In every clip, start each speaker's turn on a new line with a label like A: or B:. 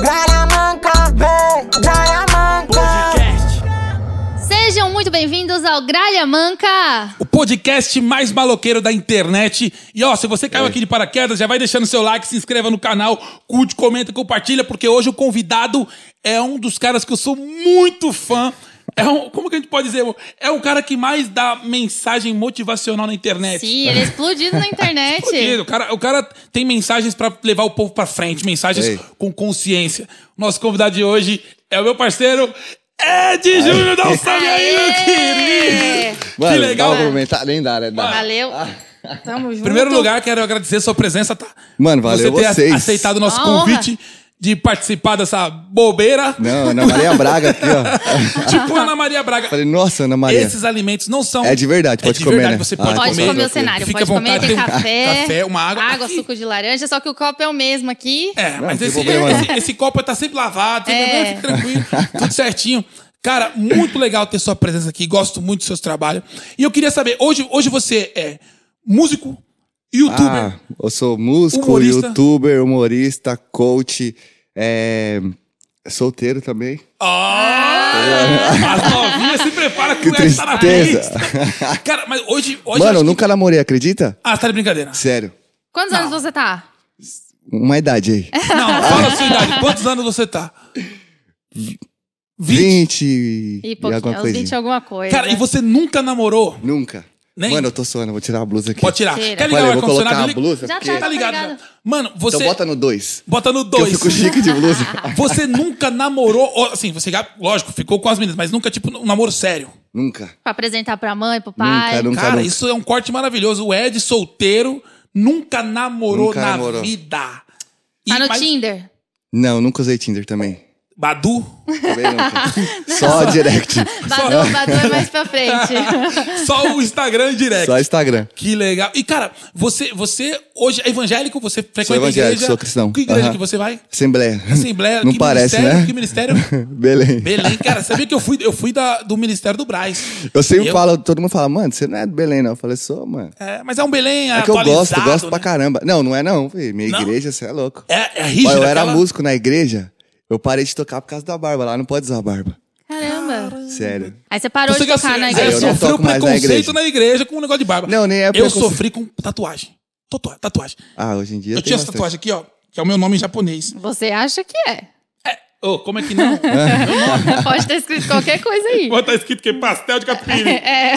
A: Graramanca, vem, Graramanca.
B: Podcast.
C: Sejam muito bem-vindos ao Gralha Manca!
B: O podcast mais maloqueiro da internet. E ó, se você caiu aqui de paraquedas, já vai deixando seu like, se inscreva no canal, curte, comenta, compartilha, porque hoje o convidado é um dos caras que eu sou muito fã. É um, como que a gente pode dizer? É o cara que mais dá mensagem motivacional na internet.
C: Sim, ele é explodido na internet.
B: Fudido. O cara, o cara tem mensagens pra levar o povo pra frente, mensagens
D: Ei.
B: com consciência. Nosso convidado de hoje é o meu parceiro Ed Júnior. Dá um salve aí, meu
C: Aê!
B: querido!
D: Mano,
B: que legal.
D: dá um comentário lendário, dá.
C: Valeu! Tamo junto.
B: Em primeiro lugar, quero agradecer sua presença, tá?
D: Mano, valeu
B: Você ter
D: vocês.
B: a- aceitado o nosso
C: Uma honra.
B: convite de participar dessa bobeira.
D: Não, Ana Maria Braga aqui, ó.
B: Tipo Ana Maria Braga.
D: Falei, nossa, Ana Maria.
B: Esses alimentos não são.
D: É de verdade, pode
B: é de
D: comer,
B: verdade,
D: né?
B: Você
D: Ah,
B: pode,
D: então
C: Pode
B: comer.
C: comer o cenário,
B: Fica
C: pode
B: à
C: comer,
B: vontade,
C: tem
B: um
C: café,
B: café, uma água. Aqui-
C: suco de laranja, só que o copo é o mesmo aqui.
B: É, mas
D: tem
B: esse,
D: problema, não.
B: esse, esse copo tá sempre lavado, sempre,
C: É.
B: fica tranquilo, tudo certinho. Cara, muito legal ter sua presença aqui, gosto muito dos seus trabalhos. E eu queria saber, hoje, hoje você é músico, youtuber,
D: Ah, eu sou músico,
B: Humorista.
D: youtuber, humorista, coach, é, solteiro também.
B: as novinhas se prepara que, o Ed tá na
D: tristeza.
B: pista. Cara, mas hoje... hoje acho
D: Mano, eu
B: que-
D: nunca namorei, acredita?
B: Ah, você tá de brincadeira.
D: Sério.
C: Quantos anos você tá?
D: Uma idade aí.
B: Não, fala a sua idade, quantos anos você tá?
D: 20 e,
C: E
D: e
C: pouquinho,
D: alguma
C: uns
D: coisa.
C: 20 e alguma coisa.
B: Cara, e você nunca namorou?
D: Nunca.
B: Nem-
D: Mano, eu tô suando, vou tirar a blusa aqui.
B: Pode tirar.
C: Tira.
B: Quer ligar
D: Olha,
B: o
D: eu vou colocar
B: ar-condicionado?
D: a
B: Li-
D: blusa.
C: Já
D: porque-
C: tá,
B: Tá ligado?
C: ligado.
B: Mano, você...
D: Então bota no 2.
B: Bota no dois.
D: Eu fico chique de blusa.
B: Você nunca namorou, ou, assim, você, já, lógico, ficou com as meninas, mas nunca, tipo, um namoro sério.
D: nunca.
C: Pra apresentar pra mãe, pro pai.
D: Nunca,
B: Cara, isso é um corte maravilhoso. O Ed, solteiro, nunca namorou
D: Nunca
B: na
D: namorou.
B: vida. E-
C: Tá no
B: mas-
C: Tinder?
D: Não, nunca usei Tinder também.
B: Badu?
D: Também nunca. Só direct.
C: Badu, Badu é mais pra frente.
B: Só o Instagram direct.
D: Só Instagram.
B: Que legal. E, cara, você, você hoje é evangélico? Você frequenta
D: evangélico,
B: igreja?
D: sou cristão.
B: Que igreja
D: Aham.
B: que você vai?
D: Assembleia.
B: Assembleia?
D: Não
B: que
D: parece,
B: ministério?
D: né?
B: Que ministério?
D: Belém.
B: Belém, cara, sabia que eu fui, eu fui da- do Ministério do Brás.
D: Eu sempre
B: Eu-
D: falo, todo mundo fala, mano, você não é do Belém, não. Eu falei, sou, mano.
B: É, mas é um Belém
D: É que eu
B: atualizado.
D: gosto, gosto pra
B: né?
D: caramba. Não, não é não, filho. Minha
B: Não?
D: igreja, você é louco.
B: É, é
D: Ó,
B: rígido.
D: eu era
B: aquela-
D: músico na igreja, eu parei de tocar por causa da barba. Lá não pode usar barba.
C: Caramba.
D: Sério.
C: Aí você parou
B: Você
C: de
B: gastou-
C: tocar na
B: você
D: É, eu
C: igreja.
D: não
B: sofreu
D: toco mais na
B: preconceito
D: igreja.
B: na igreja com o negócio de barba.
D: Não, nem é
B: Eu
D: preconceito.
B: sofri com tatuagem. Tatua- Tatuagem.
D: Ah, hoje em dia.
B: Eu
D: tem
B: tinha essa
D: bastante.
B: tatuagem aqui, ó, que é o meu nome em japonês.
C: Você acha que é?
B: É, ô, como é que não?
C: Pode ter escrito qualquer coisa aí.
B: Bota escrito que é pastel de capim.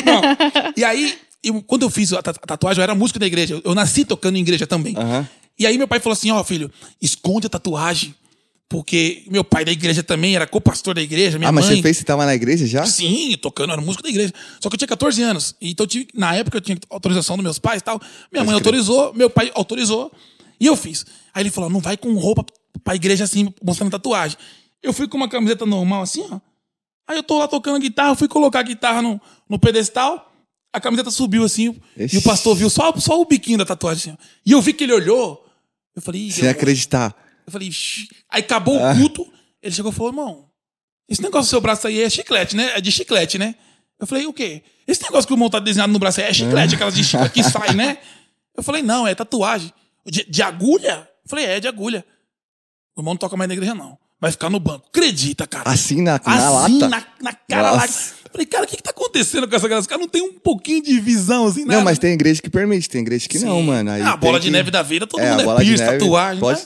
B: Não. É. E aí, eu- quando eu fiz a ta- a tatuagem, eu era músico da igreja. Eu- Eu nasci tocando em igreja também.
D: Aham.
B: E aí meu pai falou assim, ó, filho, esconde a tatuagem. Porque meu pai da igreja também era co-pastor da igreja, minha
D: Ah, mas
B: mãe...
D: você fez, você tava na igreja já?
B: Sim, tocando, eu era músico da igreja. Só que eu tinha 14 anos. Então, eu tive, na época, eu tinha autorização dos meus pais e tal. Minha mãe autorizou, meu pai autorizou. E eu fiz. Aí ele falou: não vai com roupa pra igreja assim, mostrando tatuagem. Eu fui com uma camiseta normal assim, ó. Aí eu tô lá tocando guitarra, eu fui colocar a guitarra no, no pedestal. A camiseta subiu assim.
D: Ixi.
B: E o pastor viu só, só o biquinho da tatuagem. Assim, ó. E eu vi que ele olhou. Eu falei: "Ih,
D: Sem
B: eu-
D: acreditar.
B: eu falei, "Shh." aí acabou
D: Ah.
B: o culto. Ele chegou e falou, irmão, esse negócio do seu braço aí é chiclete, né? É de chiclete, né? Eu falei, o quê? Esse negócio que o irmão tá desenhado no braço aí é chiclete, aquelas de chiclete que sai, né? Eu falei, não, é tatuagem. De, de agulha? Eu falei, é, de agulha. O irmão não toca mais na igreja, não. Vai ficar no banco. Acredita, cara.
D: Assim na, na
B: Assim,
D: lata?
B: na, na cara lá.
D: Nossa.
B: Falei, cara, o que que tá acontecendo com essa galera? Os caras não tem um pouquinho de visão, assim, nada.
D: Não, mas tem igreja que permite, tem igreja que não,
B: Sim.
D: mano. Aí
B: Ah, a
D: tem
B: bola de
D: que-
B: neve da vida, todo
D: É, a
B: mundo é
D: bola de
B: piercing,
D: neve
B: tatuagem.
D: pode-
B: né?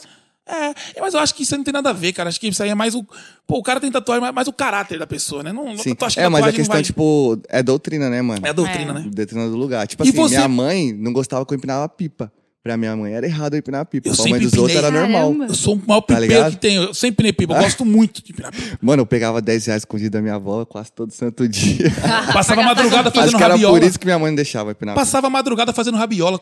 B: É, mas eu acho que isso aí não tem nada a ver, cara. Acho que isso aí é mais o. Pô, o cara tem tatuagem, mas mais o caráter da pessoa, né? Não,
D: Sim.
B: tu acha que
D: É, mas a
B: tatuagem não
D: questão,
B: vai-
D: tipo, é doutrina, né, mano?
B: É a doutrina, né?
D: Doutrina do lugar. Tipo
B: E
D: assim,
B: você-
D: minha mãe não gostava que eu empinava pipa. Pra minha mãe era errado eu empinar pipa.
B: Eu
D: pra mãe
B: sempre
D: dos outros era
C: empinei.
D: normal.
C: Caramba.
B: Eu sou o maior
D: Tá
B: pipeiro
D: ligado?
B: que tem. Eu sempre pinei pipa. Eu gosto muito de pinar pipa.
D: Mano, eu pegava 10 reais escondido da minha avó quase todo santo dia.
B: Passava a madrugada
D: Acho
B: fazendo
D: que era
B: rabiola.
D: por isso que minha mãe não deixava eu empinar pipa.
B: Passava a madrugada fazendo rabiola.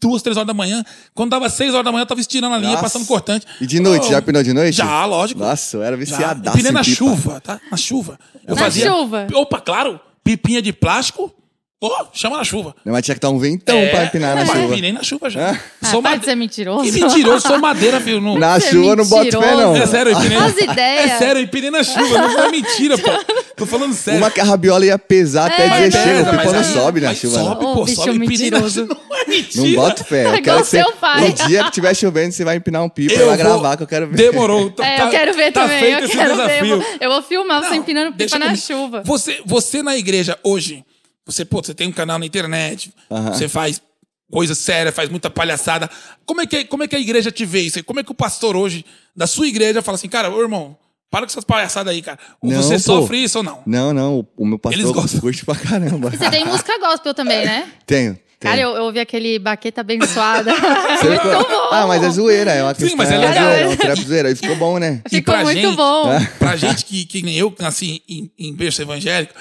B: Duas, três horas da manhã. Quando dava seis horas da manhã, eu tava estirando a linha,
D: Nossa.
B: passando cortante.
D: E de noite,
B: Oh,
D: já empinou de noite?
B: Já, lógico.
D: Nossa, eu era
B: Já.
D: viciadaço
B: Eu pinei
D: em
B: na
D: pipa.
B: chuva, tá? Na chuva. Eu
C: Na
B: fazia.
C: chuva?
B: Opa, claro. Pipinha de plástico. Pô, chama na chuva.
D: Não, Mas tinha que estar um ventão pra empinar na
B: É. mas
D: chuva.
B: Empinei na chuva já.
C: Ah,
B: Sou
C: pode
B: madeira.
C: ser mentiroso.
B: Que mentiroso, sou madeira, viu? Não...
D: Na
C: Você é
D: chuva eu não boto pé,
C: mentiroso.
D: não.
B: É sério, eu empinei.
C: As ideias.
B: É sério, eu empinei na chuva. Não é mentira, pô. Tô falando sério.
D: Uma que a rabiola ia pesar até
C: É,
D: dizer
C: não.
D: chega, o
C: Mas
D: pipa não
B: aí-
D: sobe na
B: mas
D: chuva.
B: Sobe,
D: não.
C: Ô,
B: pô,
C: bicho
B: sobe. Empinei na
C: mentiroso.
B: chuva. Não é
D: Não
B: Mentira.
D: boto fé.
C: Tá
D: Eu
C: igual
D: quero que você,
C: seu pai.
D: no dia que tiver chovendo, você vai empinar um pipa e
B: Eu
D: vai
B: vou-
D: gravar, que eu quero ver.
B: Demorou. Tá-
C: É, eu
B: tá-
C: quero ver
B: tá
C: também.
B: feito
C: Eu
B: esse
C: quero ver. Eu
B: desafio.
C: vou, eu vou filmar você Tá empinando pipa
B: deixa
C: na
B: comigo.
C: chuva.
B: Você, você na igreja hoje, você, pô, você tem um canal na internet,
D: Aham.
B: você faz coisa séria, faz muita palhaçada. Como é, que, como é que a igreja te vê isso? aí? Como é que o pastor hoje da sua igreja fala assim, cara, ô irmão, para com essas palhaçadas aí, cara. Ou
D: Não,
B: você
D: pô.
B: sofre isso ou não?
D: Não, não, o, o meu pastor
B: Eles gostam.
D: curte pra caramba.
C: Você tem música gospel também, né?
D: Tenho. tenho.
C: Cara, eu, eu ouvi aquele baqueta abençoada.
D: Você ficou- Ah, mas é zoeira, é uma
B: Sim,
D: questão.
B: mas é
D: é
B: legal.
D: zoeira, é um trap zoeira. E ficou bom, né?
B: E
C: Ficou
B: pra
C: muito
B: gente-
C: bom.
B: pra gente que, que nem eu, que nasci em, em berço evangélico,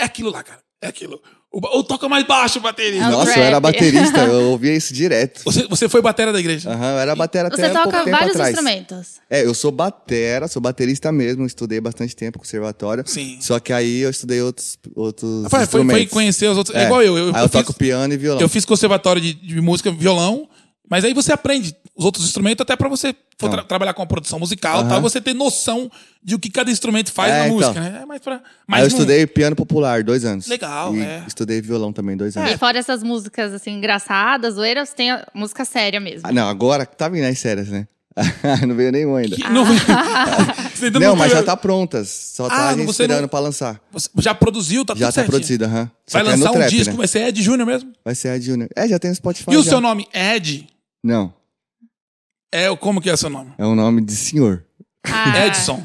B: é aquilo lá, cara. É aquilo. O ba- Ou toca mais baixo, baterista.
C: É um
D: Nossa,
C: trap.
D: eu era baterista, eu ouvia isso direto.
B: Você, você foi batera da igreja.
D: Aham, eu era batera até
C: Você
D: há um pouco
C: toca
D: tempo
C: vários
D: atrás.
C: instrumentos.
D: É, eu sou batera, sou baterista mesmo, estudei bastante tempo conservatório.
B: Sim.
D: Só que aí eu estudei outros, outros
B: Foi, foi,
D: Ah, instrumentos.
B: foi conhecer os outros. É
D: É.
B: igual eu. Eu,
D: aí eu,
B: eu
D: toco
B: fiz,
D: piano e violão.
B: eu fiz conservatório de, de música, violão, mas aí você aprende os outros instrumentos até pra você
D: Então.
B: for tra- trabalhar com a produção musical e tal, você ter noção de o que cada instrumento faz
D: É,
B: na
D: então.
B: música, né? É mais pra. Mas
D: aí eu
B: não-
D: estudei piano popular dois anos.
B: Legal,
D: e
B: é.
D: Estudei violão também dois anos.
C: E fora essas músicas, assim, engraçadas, zoeiras, tem a música séria mesmo.
D: Ah, não, agora tá vindo as sérias, né? não veio nenhum ainda.
B: que- não,
C: Ah.
B: Você ainda
D: Não, mas
B: teve-
D: já tá prontas. Só tá
B: Ah,
D: a gente
B: não, você
D: esperando
B: não-
D: pra lançar.
B: Você já produziu, tá
D: Já
B: tudo
D: tá
B: certinho.
D: produzido, aham. Só
B: Vai
D: que é
B: lançar
D: no
B: um
D: trap,
B: disco,
D: né?
B: vai ser Ed Júnior mesmo?
D: Vai ser a Junior. É, já tem no Spotify.
B: E o
D: já.
B: seu nome, Ed,
D: Não,
B: é o- como que é o seu nome?
D: é um nome de senhor.
C: Ah,
B: Edson.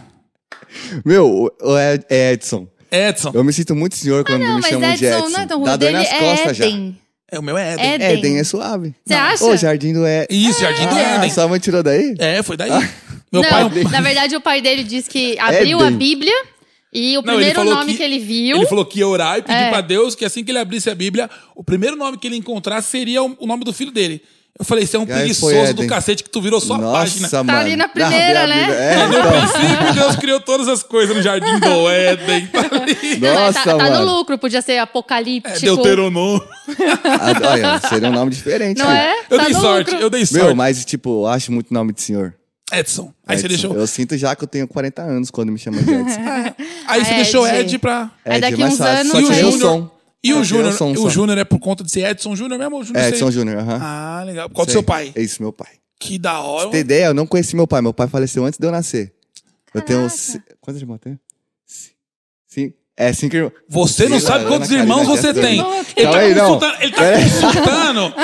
D: Meu, o- o Ed- é Edson.
B: Edson.
D: Eu me sinto muito senhor quando
C: Ah, Não,
D: me
C: mas
D: chamam de
C: Edson
D: Edson.
C: não é tão ruim.
D: Dá
C: O
D: dor
C: dele
D: nas
C: é
D: costas já.
C: Eden.
B: É, o meu é Eden.
C: Eden.
D: Éden é suave.
C: Você
D: Não.
C: acha?
D: Ô, Jardim do É.
B: Isso, Jardim do
D: Ah,
B: Éden.
D: sua mãe tirou daí?
B: É, foi
D: Ah.
B: daí. Meu pai é
C: Não,
B: um-
C: na verdade, o pai dele disse que abriu a
D: Éden.
C: Bíblia e o
B: Não, ele
C: primeiro
B: falou
C: nome que, ele viu.
B: Ele falou que ia orar e pedir
C: É.
B: pra Deus que assim que ele abrisse a Bíblia, o primeiro nome que ele encontrasse seria o o nome do filho dele. Eu falei, você é um
D: E aí foi
B: preguiçoso do
D: Éden.
B: cacete que tu virou só a página.
D: Nossa,
C: Tá
D: mano.
C: ali na
D: Dá
C: primeira,
D: abre a
C: né?
D: Bíblia. É,
B: No
D: então.
B: princípio, Deus criou todas as coisas no jardim do Éden. Tá ali.
C: Não, mas
D: Nossa,
C: tá, tá no
D: mano.
C: lucro, podia ser apocalíptico.
B: É, Deuteronômio.
D: Ah, Olha, seria um nome diferente.
C: Não
D: cara.
C: é?
B: Eu
C: tá
B: dei
C: no
B: sorte,
C: lucro.
B: eu dei sorte.
D: Meu, mas tipo, eu acho muito nome de senhor.
B: Edson. Aí você
D: Edson.
B: deixou.
D: Eu sinto já que eu tenho 40 anos quando me chamam de Edson.
B: Aí você
C: É, Ed.
B: deixou Ed pra.
C: Aí
D: Ed,
C: É
D: é
C: daqui
D: mais
C: uns
D: fácil.
C: anos
D: Só
B: E o
D: tirei o
B: Júnior?
D: som.
B: E o
D: um. Só tirei
B: Júnior?
D: som,
B: O
D: só.
B: Júnior é por conta de ser Edson Júnior mesmo? ou Júnior
D: um É,
B: sei-
D: Edson Júnior, aham.
B: Ah, legal. Por causa do
D: Sei.
B: seu pai.
D: É isso, meu pai.
B: Que da hora.
D: Tem ideia? Eu não conheci meu pai. Meu pai faleceu antes de eu nascer. Eu tenho. ci- Quantos irmãos eu tenho? Ci- Cinco. É, cinco irmãos.
B: Você não
D: Sei
B: sabe
D: lá,
B: quantos
D: Ana
B: irmãos
D: Karina,
B: você
D: Gabriel.
B: tem.
C: Não,
B: Ele
D: Calma aí,
B: tá
D: não.
B: consultando, ele tá consultando os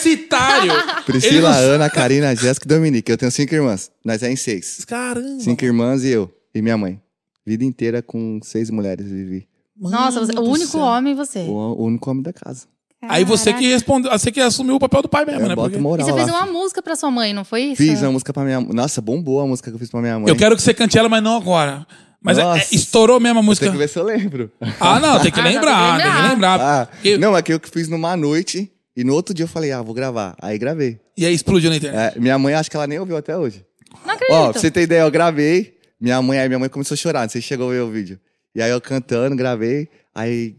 B: universitários. Ele
D: Priscila,
B: não-
D: Ana, Karina, Jéssica e Dominique. Eu tenho cinco irmãs. Nós é em seis.
B: Caramba.
D: Cinco irmãs e eu. E minha mãe. Vida inteira com seis mulheres vivi.
B: Mano
C: Nossa,
D: Hum,
C: você- o
B: do
C: único
B: céu.
C: homem é você.
D: O, o único homem da casa.
B: Aí você que respondeu, você que assumiu o papel do pai mesmo,
D: Eu
B: né?
D: boto
B: Porque-
C: E
D: moral
C: você fez
D: lá.
C: uma música pra sua mãe, não foi isso?
D: Fiz uma música pra minha mãe. Nossa, bombou a música que eu fiz pra minha mãe.
B: Eu quero que você cante ela, mas não agora. Mas é- é-
D: Nossa.
B: estourou mesmo a música.
D: Tem que ver se eu lembro.
B: Ah, não, tem que
C: Ah, não,
B: lembrar,
C: tem que
B: tem que lembrar.
D: Ah,
B: Porque-
D: Não, é que eu que fiz numa noite. E no outro dia eu falei, ah, vou gravar. Aí gravei.
B: E aí explodiu na internet.
D: É, minha mãe acho que ela nem ouviu até hoje.
C: Não acredito.
D: Ó, pra você ter ideia, eu gravei. Minha mãe, aí minha mãe começou a chorar, não sei se chegou a ver o vídeo. E aí eu cantando, gravei, aí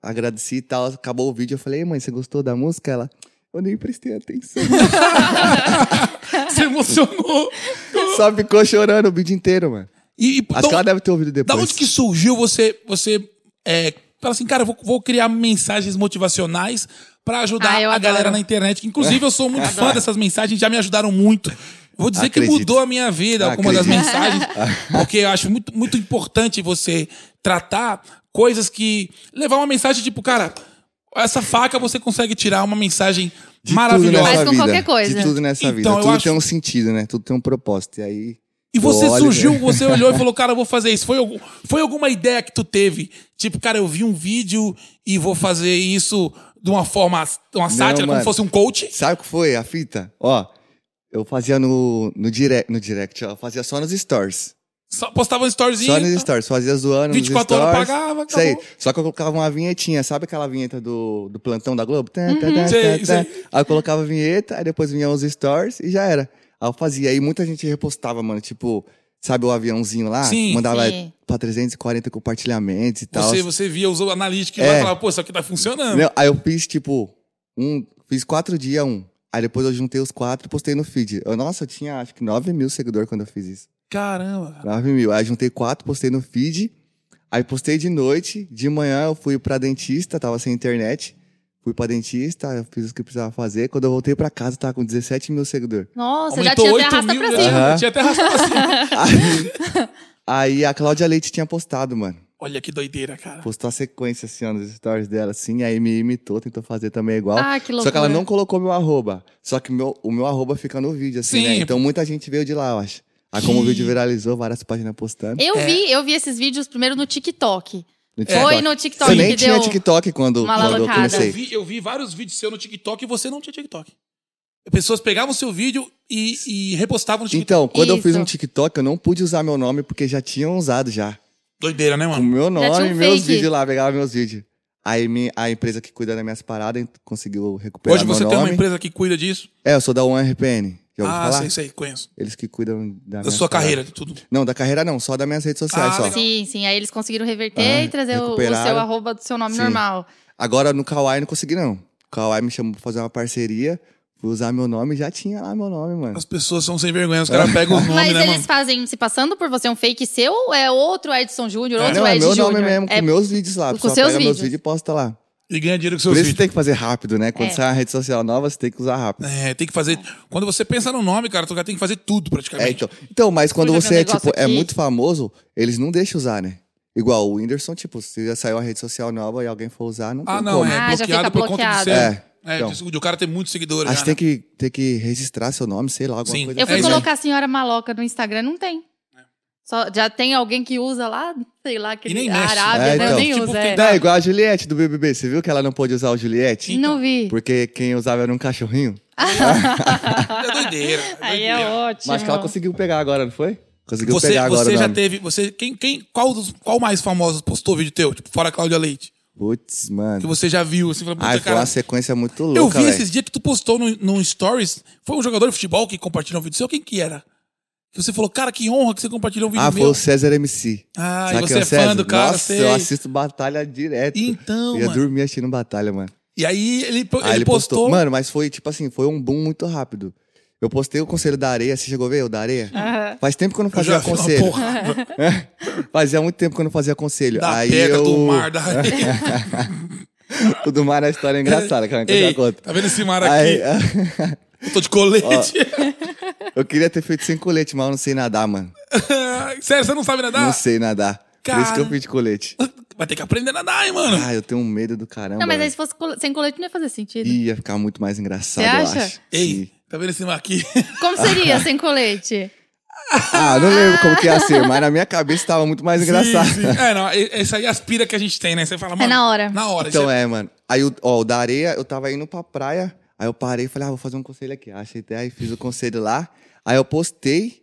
D: agradeci e tal, acabou o vídeo, eu falei, "Ei, mãe, você gostou da música? Ela, eu nem prestei atenção. É.
B: Você emocionou.
D: Só ficou chorando o vídeo inteiro, mano.
B: E, e-
D: Acho
B: da-
D: que ela deve ter ouvido
B: Então, da
D: depois.
B: onde que surgiu você, você é, fala assim, cara, eu vou, vou criar mensagens motivacionais pra ajudar
C: Ah, eu
B: a
C: adoro.
B: galera na internet. que, Inclusive, eu sou muito fã dessas mensagens, já me ajudaram muito. Vou dizer que
D: Acredito.
B: mudou a minha vida algumas das
D: Acredito.
B: mensagens, porque eu acho muito, muito importante você tratar coisas que. levar uma mensagem tipo, cara, essa faca você consegue tirar uma mensagem
D: De
B: maravilhosa.
D: Tudo né?
C: Mas
D: nessa
C: com
D: vida,
C: qualquer coisa.
D: De tudo nessa
B: Então,
D: vida.
B: eu
D: Tudo
B: acho-
D: tem um sentido, né? Tudo tem um propósito. E aí.
B: E você
D: eu olho,
B: surgiu,
D: né?
B: você olhou e falou, cara, eu vou fazer isso. Foi, algum- foi alguma ideia que tu teve? Tipo, cara, eu vi um vídeo e vou fazer isso de uma forma, uma sátira, como
D: mano.
B: fosse um coach?
D: Sabe o que foi a fita? Ó, eu fazia no, no, direct, no direct, ó. Eu fazia só nos stories.
B: Só postava um storyzinho.
D: Só nos stories, fazia zoando.
B: 24
D: nos
B: horas
D: stories,
B: pagava,
D: Isso aí.
B: acabou.
D: Só que eu colocava uma vinhetinha, sabe aquela vinheta do, do plantão da Globo? Tá, tá, tá,
B: Uhum. Sei,
D: tá,
B: sei.
D: tá. Aí eu colocava a vinheta, aí depois vinha os stories e já era. Aí eu fazia. Aí muita gente repostava, mano, tipo, sabe o aviãozinho lá?
B: Sim.
D: Mandava
C: Sim.
D: pra 340 compartilhamentos e tal.
B: Você, você via os analíticos
D: É.
B: lá e falava, pô, isso aqui tá funcionando.
D: Não, aí eu fiz, tipo, um. Fiz quatro dias um. Aí depois eu juntei os quatro e postei no feed. Eu, nossa, eu tinha acho que 9 mil seguidores quando eu fiz isso.
B: Caramba, cara.
D: 9 mil. Aí juntei quatro, postei no feed. Aí postei de noite. De manhã eu fui pra dentista, tava sem internet. Fui pra dentista, eu fiz o que precisava fazer. Quando eu voltei pra casa, tava com 17 mil seguidores.
C: Nossa,
B: Aumentou
C: já tinha até
B: 8
C: arrasta
B: mil,
C: pra
B: né?
C: cima.
D: Aham.
B: Tinha até arrasta pra cima.
D: Aí, aí a Cláudia Leite tinha postado, mano.
B: Olha que doideira, cara.
D: Postou a sequência, assim, ó, nos stories dela, assim. Aí me imitou, tentou fazer também igual.
C: Ah, que loucura.
D: Só que ela não colocou meu arroba. Só que meu, o meu arroba fica no vídeo, assim,
B: Sim.
D: né? Então muita gente veio de lá, eu acho. Aí como o
B: Que-
D: vídeo viralizou, várias páginas postando.
C: Eu vi, eu vi esses vídeos primeiro no TikTok.
D: No
C: Foi
D: TikTok.
C: no TikTok
D: Eu É. nem
C: que
D: tinha
C: deu.
D: TikTok quando,
C: uma
D: quando eu
C: alavancada.
D: comecei.
B: Eu vi, eu vi vários vídeos seus no TikTok e você não tinha TikTok. Pessoas pegavam o seu vídeo e, e repostavam no TikTok.
D: Então, quando eu fiz
C: Isso.
D: um TikTok, eu não pude usar meu nome porque já tinham usado já.
B: Doideira, né,
D: O
B: mano?
D: meu
C: tinha um
D: nome e meus
C: fake.
D: vídeos lá, pegava meus vídeos. Aí mi- a empresa que cuida das minhas paradas conseguiu recuperar
B: Hoje
D: meu
B: você
D: nome.
B: tem uma empresa que cuida disso.
D: É, eu sou da OneRPN. Já ouviu
B: ah,
D: falar?
B: sei, sei, conheço.
D: Eles que cuidam da,
B: Da
D: minha
B: sua carreira, de tudo.
D: Não, da carreira não, só das minhas redes sociais
B: Ah,
D: só.
B: legal.
C: Sim, sim. Aí eles conseguiram reverter
D: Ah,
C: e trazer o, o seu
D: recuperaram.
C: arroba do seu nome
D: Sim.
C: normal.
D: Agora no Kawaii não consegui não. O Kawaii me chamou pra fazer uma parceria, fui usar meu nome, já tinha lá meu nome, mano.
B: As pessoas são sem vergonha, os
D: É.
B: caras pegam os
C: Mas
B: nomes, né,
C: eles
B: mano?
C: fazem se passando por você um fake seu ou é outro Edson Júnior, outro
D: não, é
C: Ed
D: meu
C: Júnior?
D: nome mesmo, com
C: É-
D: meus vídeos lá.
C: Com seus
D: Só pega meus
C: vídeos.
D: vídeos e posta lá.
B: E ganha dinheiro com
D: Por
B: seus
D: isso
B: vídeos.
D: tem que fazer rápido, né? Quando
C: É.
D: sai uma rede social nova, você tem que usar rápido.
B: É, tem que fazer. Quando você pensa no nome, cara, tu já tem que fazer tudo praticamente.
D: É, então. Então, mas quando
C: Puxa,
D: você
C: meu
D: é,
C: um negócio
D: tipo, é
C: aqui.
D: muito famoso, eles não deixam usar, né? Igual o Whindersson, tipo, se já saiu uma rede social nova e alguém for usar, então, não tem
B: Ah, não,
D: como.
B: é
C: Ah, já
B: bloqueado
C: fica
B: por conta de
C: bloqueado.
B: ser.
D: É,
B: É,
D: então.
B: de, de o cara ter muitos seguidores.
D: Acho
B: já,
D: que tem
B: né?
D: que, tem que registrar seu nome, sei lá, alguma
B: Sim.
D: coisa. assim.
C: Eu fui
B: É isso aí.
C: colocar a senhora maloca no Instagram, não tem.
B: É.
C: Só, já tem alguém que usa lá, sei lá, aquele
B: nem mexe.
C: Arábia,
D: É,
C: né?
D: então.
C: nem
B: Tipo,
C: usa.
B: tem-
C: é.
D: Não, é igual a Juliette do BBB. Você viu que ela não pôde usar o Juliette?
C: Não vi.
D: Porque quem usava era um cachorrinho.
B: É doideira. é
C: Aí
B: doideira.
C: é ótimo.
D: Mas que ela conseguiu pegar agora, não foi? Conseguiu
B: Você,
D: pegar agora
B: você
D: o
B: já
D: nome.
B: teve. Você, quem, quem, qual, dos, qual mais famoso postou vídeo teu? Tipo, fora a Cláudia Leite.
D: Putz,
B: Que
D: mano.
B: você já viu, assim, fala,
D: Ai,
B: puta,
D: foi uma
B: cara.
D: sequência muito louca,
B: Eu vi
D: velho.
B: esses dias que tu postou no, no Stories. Foi um jogador de futebol que compartilhou um vídeo seu? Quem que era? Que você falou, cara, que honra que você compartilhou um vídeo
D: Ah, foi
B: meu.
D: o César MC.
B: Ah, e
D: Sabe
B: você
D: quem
B: é fã do cara,
D: Nossa,
B: sei.
D: eu assisto batalha direto.
B: Então,
D: Ia
B: mano.
D: dormir assistindo batalha, mano.
B: E aí ele,
D: Aí
B: ele postou.
D: Mano, mas foi tipo assim, foi um boom muito rápido. Eu postei o conselho da areia, você chegou a ver o da areia?
C: Aham.
D: Faz tempo que eu não
B: eu
D: fazia
B: vi uma
D: conselho.
B: porra
D: Fazia muito tempo que eu não fazia conselho.
B: da
D: Aí
B: pega,
D: eu...
B: do mar, da
D: o do mar é uma história engraçada, cara, que eu
B: Ei,
D: já conto.
B: tá vendo esse mar
D: Aí,
B: aqui? Eu tô de colete.
D: eu queria ter feito sem colete, mas eu não sei nadar, mano.
B: Sério, você não sabe nadar?
D: Não sei nadar. Por isso que
B: Ah, Cara.
D: eu fiz de colete.
B: Vai ter que aprender a nadar, hein, mano.
D: Ah, eu tenho um medo do caramba.
C: Não, mas aí
D: velho.
C: se fosse col- sem colete não ia fazer sentido.
D: Ia ficar muito mais engraçado,
C: Você
D: eu
C: acha?
D: acho.
B: Ei,
D: Sim.
B: tá vendo esse mar aqui?
C: Como seria sem colete?
D: Ah, não lembro como que ia ser, mas na minha cabeça tava muito mais engraçado.
B: Sim, sim. É, não, e- essa aí é as pira que a gente tem, né? Você fala, mano.
C: É na hora.
B: Na hora.
D: Então
B: isso
D: é, mano. Aí, o- ó, o da areia, eu tava indo pra praia, aí eu parei e falei, ah, vou fazer um conselho aqui. Achei até, aí fiz o conselho lá. Aí eu postei,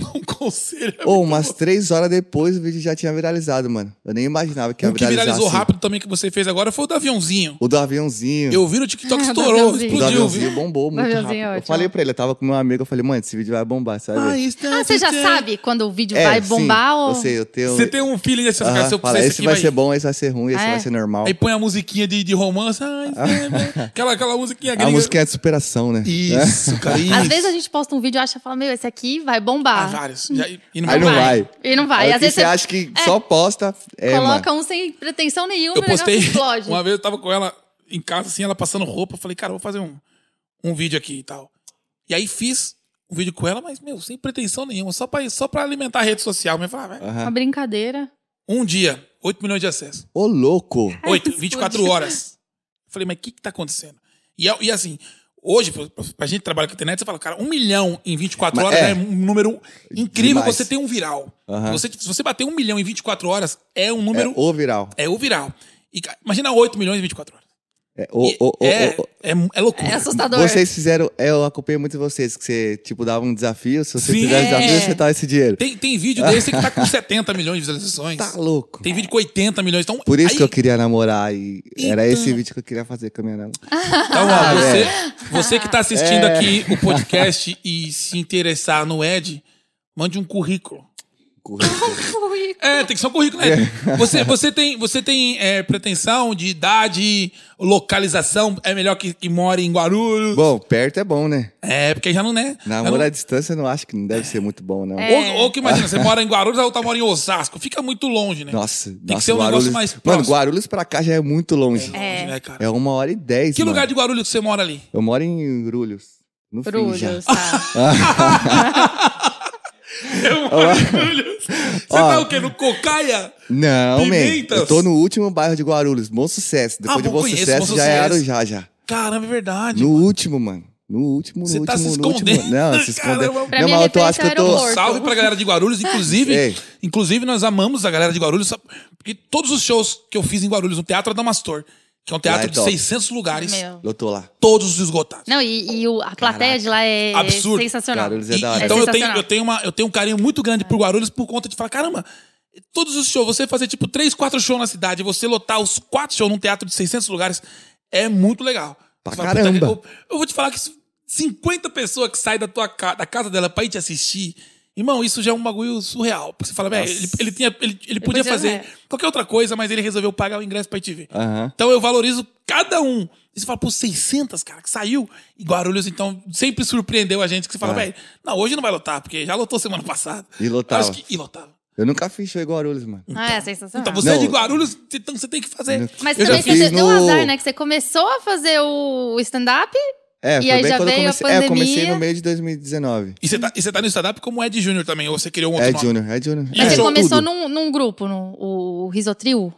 B: é um conselho.
D: ou umas três horas depois o vídeo já tinha viralizado, mano. Eu nem imaginava que ia
B: o Um que
D: viralizar
B: viralizou
D: assim.
B: rápido também que você fez agora foi o do aviãozinho.
D: O do aviãozinho.
B: Eu vi no TikTok,
C: Ah, do
B: estourou,
C: aviãozinho.
D: O do
B: explodiu,
D: aviãozinho
B: viu?
D: bombou muito
C: aviãozinho é
D: rápido. eu
C: ótimo.
D: falei pra ele, eu tava com meu amigo, eu falei, mano, esse vídeo vai bombar, sabe?
B: é
C: Ah, você já sabe quando o vídeo vai bombar
D: É, sim,
C: ou...
D: Eu sei, eu tenho...
B: Você tem um feeling desse
D: Aham,
B: cara, se eu
D: Ah, fala,
B: esse
D: esse
B: aqui
D: vai ser bom, esse vai ser ruim, esse
C: Ah, é?
D: vai ser normal.
B: Aí põe a musiquinha de, de romance. Ah, Ai, sabe? aquela, aquela musiquinha
D: A
B: gringa.
D: música é de superação, né?
B: Isso, cara. Isso.
C: Às vezes a gente "Hum, posta um vídeo e acha, fala, meu, esse aqui vai
B: Ah,
C: bombar.
B: vários. Já, e e
D: Aí não vai.
C: E não vai.
D: Aí o
C: Às
D: que
C: vezes
D: você
C: você
D: acha que só posta. É, mano.
C: coloca um sem pretensão nenhuma
B: Eu
C: e o negócio
B: postei.
C: explode.
B: Uma vez eu tava com ela em casa, assim, ela passando roupa. Eu falei, cara, eu vou fazer um, um vídeo aqui e tal. E aí fiz um vídeo com ela, mas, meu, sem pretensão nenhuma, só pra, só pra alimentar a rede social. Mas eu falei, ah, vai.
D: Aham.
C: Uma brincadeira.
B: Um dia, 8 milhões de acessos.
D: Ô, louco! É,
C: Ai,
B: 8,
C: explodiu.
B: 24 horas. Eu falei, mas o que que tá acontecendo? E, é- e assim, hoje, pra, pra gente que trabalha com internet, você fala, cara, um milhão em 24
D: Mas
B: horas
D: é.
B: é, um número incrível.
D: Demais.
B: Você tem um viral.
D: Aham.
B: Você, se você bater um milhão em 24 horas, é um
D: É
B: número...
D: o viral.
B: É, o viral. E, ca- imagina 8 milhões em 24 horas.
D: É, o,
B: E
D: o, o,
B: é,
D: o- o-
B: é, é loucura.
C: É assustador.
D: Vocês fizeram. é, Eu acompanhei muito vocês, que você, tipo, dava um desafio. Se você
B: Sim.
D: fizer um
C: É.
D: desafio, você dá esse dinheiro.
B: Tem, tem vídeo desse que tá com 70 milhões de visualizações.
D: Tá louco.
B: Tem vídeo com 80 milhões. Então,
D: Por isso
B: aí,
D: que eu queria namorar e era
B: Então.
D: esse vídeo que eu queria fazer com a minha namorada.
B: então, ó,
D: Ah,
B: você,
D: é.
B: você que tá assistindo
D: É.
B: aqui o podcast e se interessar no Ed, mande um currículo.
D: Currículo.
C: Fui.
B: É, tem que ser um currículo, né?
D: É.
B: Você, você tem, você tem é, pretensão de idade, localização, é melhor que, que more em Guarulhos.
D: bom, perto é bom, né?
B: É, porque aí já não né? Já
D: Namoro
B: não-
D: à distância eu não acho que não deve ser muito bom, não.
C: É.
B: Ou, ou que imagina, você mora em Guarulhos, a outra mora em Osasco. Fica muito longe, né?
D: Nossa,
B: que
D: nossa,
B: ser um negócio
D: Guarulhos...
B: mais
D: Mano,
B: próximo.
D: Guarulhos pra cá já é muito longe.
C: É.
B: né, cara?
D: É, uma hora e dez,
B: Que
D: mano.
B: lugar de Guarulhos que você mora ali?
D: Eu moro em Grulhos. No fim já.
C: Brulhos, tá.
B: Eu moro em Guarulhos. Você tá o quê? No Cocaia?
D: Não, man.
B: Pimentas?
D: Eu tô no último bairro de Guarulhos. Bom sucesso. Depois
B: Ah,
D: de
B: bom,
D: bom,
B: conheço
D: sucesso,
B: Bom
D: já é
B: Sucesso.
D: Arujá, já.
B: Caramba, é verdade.
D: No último, mano. No último, no
B: Você
D: último,
B: tá se
D: no último.
B: escondendo.
D: Não, se esconder.
B: Caramba.
C: Pra
D: não,
C: mim,
D: mas
C: a
D: eu tô, acho que eu
C: referência é
D: tô.
C: aeroporto.
B: Salve pra galera de Guarulhos, inclusive,
D: Ei.
B: inclusive nós amamos a galera de Guarulhos, sabe? porque todos os shows que eu fiz em Guarulhos, no Teatro Adamastor, que é um
D: Lá
B: teatro
D: é
B: de
D: top.
B: 600 lugares,
C: Meu.
D: Eu tô lá.
B: todos esgotados.
C: Não, e, e o- a plateia de lá é
B: Absurdo.
C: sensacional.
D: Guarulhos é
B: E-
D: da hora.
B: então
C: É
B: eu, tenho,
C: sensacional.
B: eu, tenho uma, eu tenho um carinho muito grande por Guarulhos por conta de falar, caramba, todos os shows, você fazer tipo três quatro shows na cidade, você lotar os quatro shows num teatro de 600 lugares, é muito legal.
D: Pra
B: Você fala, "Puta,
D: caramba."
B: Eu, eu vou te falar que isso- 50 pessoas que saem da, tua, ca- da casa dela pra ir te assistir, irmão, isso já é um bagulho surreal. Porque você fala, velho, ele, ele, tinha- ele, ele podia
C: podia-
B: fazer
C: é.
B: qualquer outra coisa, mas ele resolveu pagar o ingresso pra ir te ver.
D: Aham.
B: Então eu valorizo cada um. E você fala, pô, 600, cara, que saiu. E Guarulhos, então, sempre surpreendeu a gente. Que você fala,
D: É.
B: velho, não, hoje não vai lotar, porque já lotou semana passada.
D: E lotava.
B: Acho que- e lotava.
D: Eu nunca fiz show em Guarulhos, mano.
C: Ah, é sensacional.
B: Então você é
D: Não.
B: de Guarulhos, então você tem que fazer.
C: Mas
B: Eu já
C: também você
D: fiz
C: deu
D: no-
C: azar, né? Que você começou a fazer o stand-up.
D: É,
C: E
D: foi
C: aí
D: bem
C: já
D: quando eu
C: veio a
D: comecei. É, eu comecei
C: pandemia.
D: no meio de 2019.
B: E você tá, e você tá no stand-up como Ed Júnior também, ou você criou um outro
D: É,
B: nome?
D: Júnior, é Júnior.
B: É,
C: Mas
D: é,
C: você
B: show
C: começou
B: tudo.
C: num, num grupo, no, o Risotril.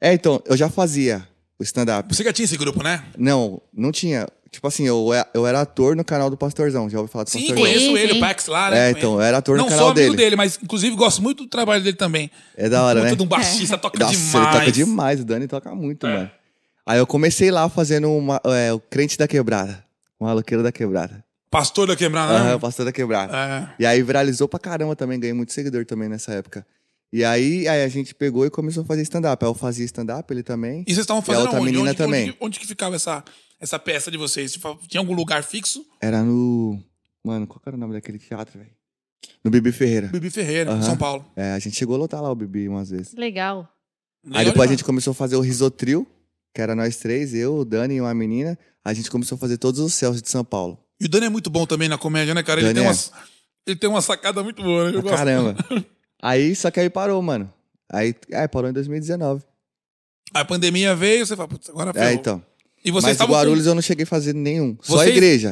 D: É, então, eu já fazia o stand-up.
B: Você já tinha esse grupo, né?
D: Não, não tinha. Tipo assim, eu, é- eu era ator no canal do Pastorzão. Já ouviu falar do
B: Sim,
D: Pastorzão?
B: conheço
C: Sim,
B: ele,
C: sim.
B: o Pax lá, né?
D: É,
B: Conheço.
D: então, eu era ator
B: Não
D: no canal
B: sou amigo
D: dele.
B: dele. mas inclusive gosto muito do trabalho dele também.
D: É da hora,
B: muito
D: né?
B: de um baixista, toca
D: Nossa,
B: demais. É.
D: ele toca demais, o Dani toca muito, mano. Aí eu comecei lá fazendo uma, é, o crente da quebrada. O maloqueiro da quebrada.
B: Pastor da Quebrada,
D: Aham,
B: né?
D: o pastor da quebrada.
B: É.
D: E aí viralizou pra caramba também, ganhei muito seguidor também nessa época. E aí, aí a gente pegou e começou a fazer stand-up. Aí eu fazia stand-up, ele também.
B: E vocês estavam
D: a
B: fazendo
D: outra
B: onde?
D: menina
B: onde,
D: também.
B: onde? Onde que ficava essa, essa peça de vocês? Tipo, Tinha algum lugar fixo?
D: Era no. Mano, qual que era o nome daquele teatro, velho? No Bibi Ferreira.
B: Bibi Ferreira,
D: Aham.
B: São Paulo.
D: É, a gente chegou a lotar lá o Bibi umas vezes.
C: Legal.
D: Aí
B: Legal
D: depois a
B: demais.
D: gente começou a fazer o Risotril, que era nós três, eu, o Dani e uma menina. A gente começou a fazer todos os céus de São Paulo.
B: E o Dani é muito bom também na comédia, né, cara? Ele,
D: Dani
B: tem,
D: é.
B: umas, ele tem uma sacada muito boa, né? Eu
D: Pra
B: gosto.
D: caramba. Aí, só que aí parou, mano. Aí, é, parou em 2019.
B: A pandemia veio, você fala, putz, agora ferrou.
D: É, então.
B: E vocês
D: Mas o
B: estavam
D: Guarulhos eu não cheguei a fazer nenhum. Só a
B: Vocês-
D: igreja.